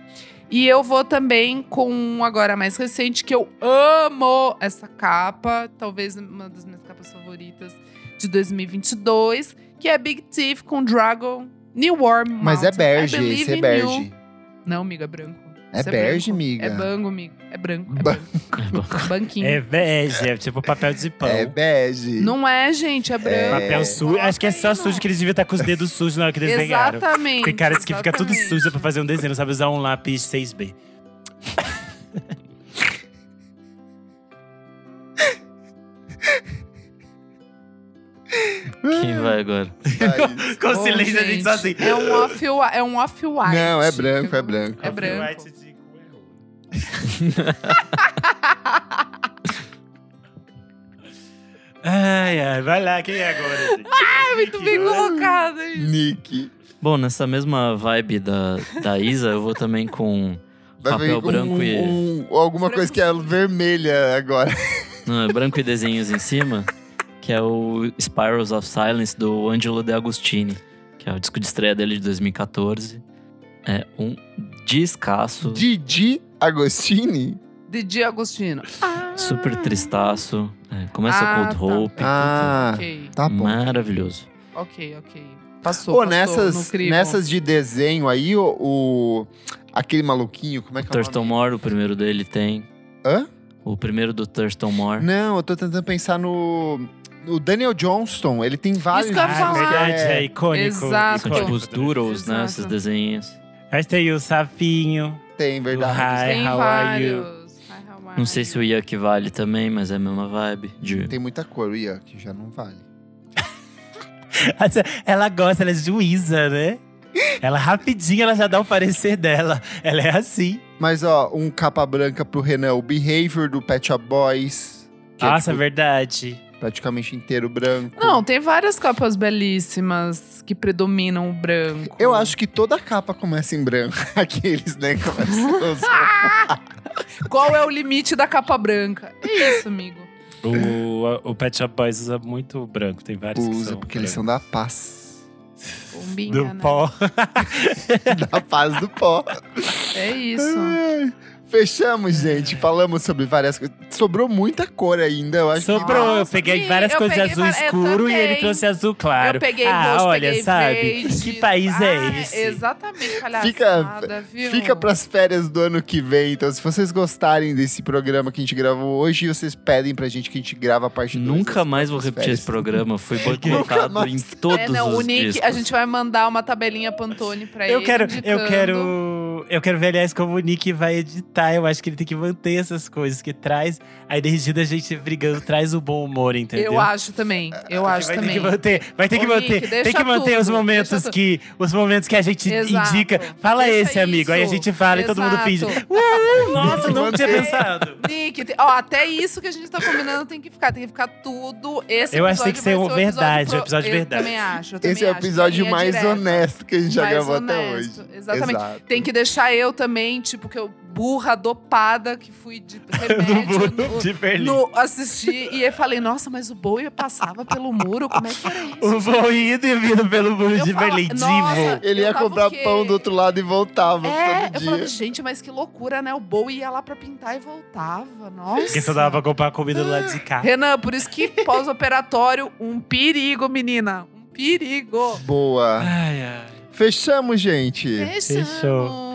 [SPEAKER 2] E eu vou também com um agora mais recente, que eu amo essa capa, talvez uma das minhas capas favoritas de 2022, que é Big Thief com Dragon New Warm
[SPEAKER 1] Mas é
[SPEAKER 2] Mountain.
[SPEAKER 1] berge,
[SPEAKER 2] I believe
[SPEAKER 1] esse é
[SPEAKER 2] in
[SPEAKER 1] berge.
[SPEAKER 2] you. Não, amigo, é branco.
[SPEAKER 1] É
[SPEAKER 2] Isso
[SPEAKER 1] berge,
[SPEAKER 2] branco.
[SPEAKER 1] miga.
[SPEAKER 2] É bango, amigo. É branco. É
[SPEAKER 1] Ba-
[SPEAKER 2] branco. Banquinho.
[SPEAKER 3] É bege, é tipo papel de pão.
[SPEAKER 1] É bege.
[SPEAKER 2] Não é, gente, é branco.
[SPEAKER 3] Papel sujo. Acho que é só sujo que eles deviam estar com os dedos sujos na hora que desenharam.
[SPEAKER 2] Exatamente.
[SPEAKER 3] Porque, cara, isso que fica tudo
[SPEAKER 2] exatamente.
[SPEAKER 3] sujo pra fazer um desenho, não sabe usar um lápis 6B.
[SPEAKER 4] Quem vai agora?
[SPEAKER 1] Vai.
[SPEAKER 3] Com
[SPEAKER 2] Ô,
[SPEAKER 3] silêncio a gente só assim.
[SPEAKER 2] gente, É um off- é um off-white.
[SPEAKER 1] Não, é branco, é branco.
[SPEAKER 2] É branco.
[SPEAKER 3] Copyright de Guerrero. ai, ai, vai lá, quem é agora? Gente? Ai,
[SPEAKER 2] Muito bem colocado isso.
[SPEAKER 1] Nick.
[SPEAKER 4] Bom, nessa mesma vibe da, da Isa, eu vou também com.
[SPEAKER 1] Vai
[SPEAKER 4] Papel
[SPEAKER 1] vir com
[SPEAKER 4] branco
[SPEAKER 1] um-
[SPEAKER 4] e-
[SPEAKER 1] um- alguma coisa que é vermelha agora.
[SPEAKER 4] Não, é branco e desenhos em cima, que é o Spirals of Silence do Angelo De Agostini, que é o disco de estreia dele de 2014. É um descasso,
[SPEAKER 1] Didi Agostini?
[SPEAKER 2] Didi Agostino. Ah,
[SPEAKER 4] super tristaço. É, começa
[SPEAKER 2] Ah,
[SPEAKER 4] Cold
[SPEAKER 2] tá.
[SPEAKER 4] Hope.
[SPEAKER 1] Ah,
[SPEAKER 2] Ok,
[SPEAKER 1] tá bom.
[SPEAKER 4] maravilhoso.
[SPEAKER 2] ok, ok. Passou,
[SPEAKER 1] Pô,
[SPEAKER 2] passou
[SPEAKER 1] nessas,
[SPEAKER 2] no crivo.
[SPEAKER 1] nessas de desenho aí, o, o- Aquele maluquinho, como é que é o
[SPEAKER 4] Thurston
[SPEAKER 1] nome?
[SPEAKER 4] Moore, o primeiro dele, tem.
[SPEAKER 1] Hã?
[SPEAKER 4] O primeiro do Thurston Moore.
[SPEAKER 1] Não, eu tô tentando pensar no. O Daniel Johnston, ele tem vários.
[SPEAKER 2] Isso que eu ia
[SPEAKER 1] desenhos,
[SPEAKER 3] Ah,
[SPEAKER 2] falar.
[SPEAKER 1] que é-
[SPEAKER 3] verdade, é icônico.
[SPEAKER 2] Exato.
[SPEAKER 4] São tipo os doodles, né?
[SPEAKER 2] Exato.
[SPEAKER 4] Esses desenhos.
[SPEAKER 3] Aí tem o sapinho.
[SPEAKER 1] Tem,
[SPEAKER 3] Ra-
[SPEAKER 1] verdade.
[SPEAKER 3] Hi,
[SPEAKER 2] Tem
[SPEAKER 3] how are you?
[SPEAKER 2] vários. Hi, how are
[SPEAKER 4] Não sei se o
[SPEAKER 2] you?
[SPEAKER 4] Yuck vale também, mas é a mesma vibe. De...
[SPEAKER 1] Tem muita cor, Ian, que já não vale.
[SPEAKER 3] Ela gosta, ela é juíza, né? Ela rapidinho, ela já dá o parecer dela. Ela é assim.
[SPEAKER 1] Mas, ó, um capa branca pro Renan, o Behavior do Pet Shop Boys. que é,
[SPEAKER 3] Nossa,
[SPEAKER 1] tipo,
[SPEAKER 3] verdade.
[SPEAKER 4] é
[SPEAKER 1] praticamente inteiro branco.
[SPEAKER 2] Não, tem várias capas belíssimas que predominam o branco.
[SPEAKER 1] Eu acho que toda capa começa em branco. Aqueles, né? Começam
[SPEAKER 2] Qual é o limite da capa branca? É isso, amigo.
[SPEAKER 3] O, o Pet Shop Boys usa muito branco, tem vários que
[SPEAKER 1] usa,
[SPEAKER 3] são
[SPEAKER 1] porque eles são da paz.
[SPEAKER 2] Bombinha,
[SPEAKER 3] do
[SPEAKER 2] né?
[SPEAKER 3] pó.
[SPEAKER 1] da paz do pó.
[SPEAKER 2] É isso.
[SPEAKER 1] Ai, Fechamos, gente. Falamos sobre várias coisas. Sobrou muita cor ainda, eu acho.
[SPEAKER 3] Sobrou, eu
[SPEAKER 2] Nossa,
[SPEAKER 3] peguei
[SPEAKER 2] sim,
[SPEAKER 3] várias
[SPEAKER 2] eu
[SPEAKER 3] cores de
[SPEAKER 2] peguei
[SPEAKER 3] azul
[SPEAKER 2] va- eu
[SPEAKER 3] escuro e
[SPEAKER 2] também.
[SPEAKER 3] ele trouxe azul claro.
[SPEAKER 2] Eu peguei
[SPEAKER 3] ah,
[SPEAKER 2] roxo,
[SPEAKER 3] olha,
[SPEAKER 2] peguei
[SPEAKER 3] sabe?
[SPEAKER 2] verde.
[SPEAKER 3] Que país é
[SPEAKER 2] Ah,
[SPEAKER 3] esse?
[SPEAKER 2] Exatamente,
[SPEAKER 1] Fica-
[SPEAKER 2] palhaçada,
[SPEAKER 1] Que...
[SPEAKER 2] viu?
[SPEAKER 1] Fica pras férias do ano que vem. Então, se vocês gostarem desse programa que a gente gravou hoje, vocês pedem pra gente que a gente grava a parte dois
[SPEAKER 4] Nunca
[SPEAKER 1] das
[SPEAKER 4] mais vou
[SPEAKER 1] próprias
[SPEAKER 4] repetir
[SPEAKER 1] férias.
[SPEAKER 4] esse programa. Fui
[SPEAKER 1] Nunca
[SPEAKER 4] boicotado
[SPEAKER 1] mais.
[SPEAKER 4] em todos
[SPEAKER 2] É, não,
[SPEAKER 4] os
[SPEAKER 2] o Nick,
[SPEAKER 4] discos.
[SPEAKER 2] a gente vai mandar uma tabelinha Pantone pra
[SPEAKER 3] Eu
[SPEAKER 2] ele.
[SPEAKER 3] quero, eu
[SPEAKER 2] indicando.
[SPEAKER 3] quero. Eu quero ver, aliás, como o Nick vai editar. Eu acho que ele tem que manter essas coisas que traz a energia da gente brigando, traz o bom humor, entendeu?
[SPEAKER 2] Eu acho também. Eu acho
[SPEAKER 3] vai ter
[SPEAKER 2] também.
[SPEAKER 3] que manter, vai ter
[SPEAKER 2] Ô,
[SPEAKER 3] que
[SPEAKER 2] Nick,
[SPEAKER 3] manter, tem
[SPEAKER 2] deixa
[SPEAKER 3] que manter os
[SPEAKER 2] tudo, deixa
[SPEAKER 3] momentos
[SPEAKER 2] tudo.
[SPEAKER 3] que os momentos que a gente
[SPEAKER 2] Exato.
[SPEAKER 3] indica. Fala
[SPEAKER 2] Deixa
[SPEAKER 3] esse amigo, aí a
[SPEAKER 2] isso.
[SPEAKER 3] gente fala e todo mundo
[SPEAKER 2] Exato.
[SPEAKER 3] finge. "Uh, nossa, não tinha
[SPEAKER 1] Manter.
[SPEAKER 3] pensado.
[SPEAKER 2] Nick, te- ó, até isso que a gente tá combinando tem que ficar. Tem que ficar tudo. Esse
[SPEAKER 3] Eu acho que tem
[SPEAKER 2] episódio
[SPEAKER 3] que ser
[SPEAKER 2] vai
[SPEAKER 3] um
[SPEAKER 2] um episódio
[SPEAKER 3] verdade,
[SPEAKER 2] pro-
[SPEAKER 3] um episódio
[SPEAKER 2] eu
[SPEAKER 3] verdade.
[SPEAKER 2] Também acho, eu
[SPEAKER 1] Esse
[SPEAKER 2] também
[SPEAKER 1] é o
[SPEAKER 2] acho,
[SPEAKER 1] episódio
[SPEAKER 2] linha
[SPEAKER 1] mais
[SPEAKER 2] direta.
[SPEAKER 1] honesto que a gente já
[SPEAKER 2] Mais
[SPEAKER 1] gravou
[SPEAKER 2] honesto,
[SPEAKER 1] até hoje.
[SPEAKER 2] Exatamente.
[SPEAKER 1] Exato.
[SPEAKER 2] Tem que deixar eu também, tipo, que eu burra, dopada, que fui de remédio. no-
[SPEAKER 3] de Berlim.
[SPEAKER 2] no assistir e eu falei, nossa, mas o boi passava pelo muro, como é que era isso?
[SPEAKER 3] O voo indo e vindo pelo muro
[SPEAKER 2] Eu
[SPEAKER 3] de
[SPEAKER 2] falo-
[SPEAKER 3] Berlim.
[SPEAKER 2] nossa,
[SPEAKER 1] Ele
[SPEAKER 2] Eu
[SPEAKER 1] ia
[SPEAKER 2] tava o
[SPEAKER 1] comprar
[SPEAKER 2] quê?
[SPEAKER 1] pão do outro lado e voltava
[SPEAKER 2] É,
[SPEAKER 1] todo
[SPEAKER 2] eu
[SPEAKER 1] dia.
[SPEAKER 2] falava, gente, mas que loucura, né? O boi ia lá pra pintar e voltava, nossa.
[SPEAKER 3] Porque só dava pra comprar comida do lado de cá.
[SPEAKER 2] Renan, por isso que pós-operatório, um perigo, menina. Um perigo.
[SPEAKER 1] Boa.
[SPEAKER 3] Ai, ai.
[SPEAKER 1] Fechamos, gente.
[SPEAKER 2] É. Fechou.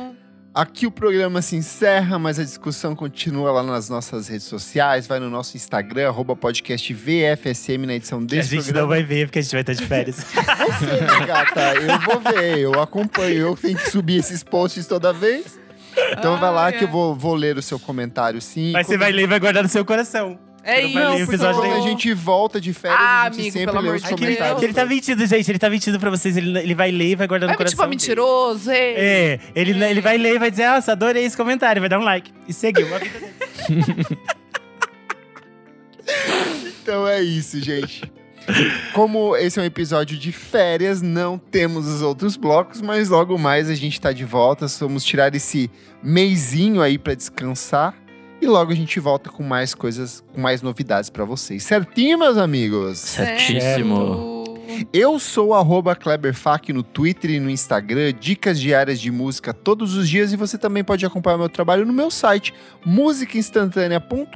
[SPEAKER 1] Aqui o programa se encerra, mas a discussão continua lá nas nossas redes sociais. Vai no nosso Instagram, arroba podcast VFSM na edição
[SPEAKER 3] A
[SPEAKER 1] desse
[SPEAKER 3] gente não
[SPEAKER 1] programa.
[SPEAKER 3] vai ver porque a gente vai estar de férias.
[SPEAKER 1] Você, né, gata? Eu vou ver, eu acompanho. Eu tenho que subir esses posts toda vez. Então vai lá
[SPEAKER 2] Ai, é.
[SPEAKER 1] que eu
[SPEAKER 2] ai.
[SPEAKER 1] vou, vou ler o seu comentário, sim.
[SPEAKER 3] Mas você vai ler e vai guardar no seu coração.
[SPEAKER 2] É
[SPEAKER 3] Não
[SPEAKER 2] isso.
[SPEAKER 3] vai ler o
[SPEAKER 1] Porque
[SPEAKER 3] episódio
[SPEAKER 1] quando a
[SPEAKER 3] nenhum.
[SPEAKER 1] gente volta de férias,
[SPEAKER 2] Ah,
[SPEAKER 1] a gente
[SPEAKER 2] amigo,
[SPEAKER 1] sempre
[SPEAKER 2] pelo
[SPEAKER 1] lê
[SPEAKER 2] amor
[SPEAKER 1] os
[SPEAKER 2] de
[SPEAKER 3] Ai, que-
[SPEAKER 1] comentários.
[SPEAKER 3] que ele tá mentindo, gente. Ele tá mentindo pra vocês. Ele, ele vai ler e vai guardar no
[SPEAKER 2] Vai me
[SPEAKER 3] coração.
[SPEAKER 2] tipo mentiroso, ei.
[SPEAKER 3] É, ele, ele vai ler e vai dizer, nossa, adorei esse comentário, vai dar um like. E seguiu. A vida dele.
[SPEAKER 1] Então é isso, gente. Como esse é um episódio de férias, não temos os outros blocos, mas logo mais a gente tá de volta. Vamos tirar esse meizinho aí pra descansar e logo a gente volta com mais coisas, com mais novidades pra vocês. Certinho, meus amigos?
[SPEAKER 2] né?
[SPEAKER 4] Certíssimo.
[SPEAKER 2] Certo.
[SPEAKER 1] Eu sou o arroba KleberFac no Twitter e no Instagram, dicas diárias de música todos os dias e você também pode acompanhar meu trabalho no meu site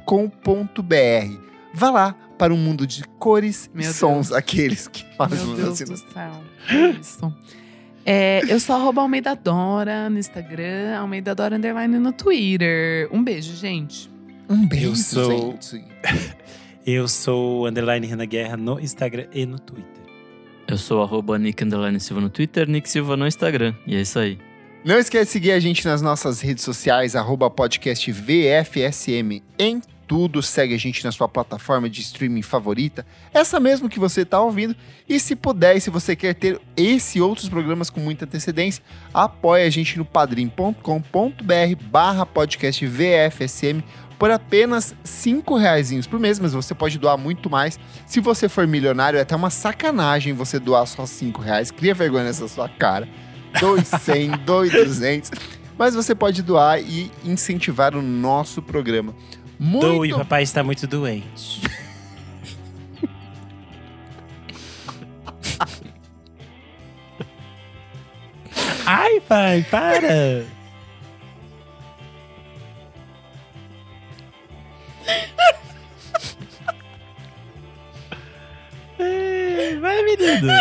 [SPEAKER 1] musicainstantanea.com.br. Vá lá para um mundo de cores e
[SPEAKER 2] Meu
[SPEAKER 1] sons,
[SPEAKER 2] Deus.
[SPEAKER 1] aqueles que mais
[SPEAKER 2] Meu
[SPEAKER 1] ou
[SPEAKER 2] Deus
[SPEAKER 1] menos assim.
[SPEAKER 2] do céu. É Isso. É, eu sou arroba Almeida Dora no Instagram, Almeida Dora Underline no Twitter. Um beijo, gente.
[SPEAKER 1] Um beijo,
[SPEAKER 3] Eu sou-
[SPEAKER 1] gente.
[SPEAKER 3] Eu sou o Underline Renan Guerra no Instagram e no Twitter.
[SPEAKER 4] Eu sou arroba Nick Underline Silva no Twitter, Nick Silva no Instagram. E é isso aí.
[SPEAKER 1] Não esquece de seguir a gente nas nossas redes sociais, arroba podcast VFSM em tudo. Segue a gente na sua plataforma de streaming favorita, essa mesmo que você está ouvindo. E se puder, e se você quer ter esse e outros programas com muita antecedência, apoie a gente no padrim.com.br barra podcast VFSM por apenas cinco reaisinhos por mês, mas você pode doar muito mais. Se você for milionário, é até uma sacanagem você doar só cinco reais. Cria vergonha nessa sua cara. Dois cem, dois duzentos. Mas você pode doar e incentivar o nosso programa. Muito
[SPEAKER 3] Doe, papai está muito doente. Ai, pai, para! Ai, Vai, menino!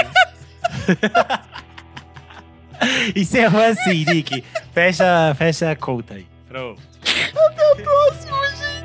[SPEAKER 3] Encerrou assim, Nick. Fecha, fecha a conta aí. Pronto.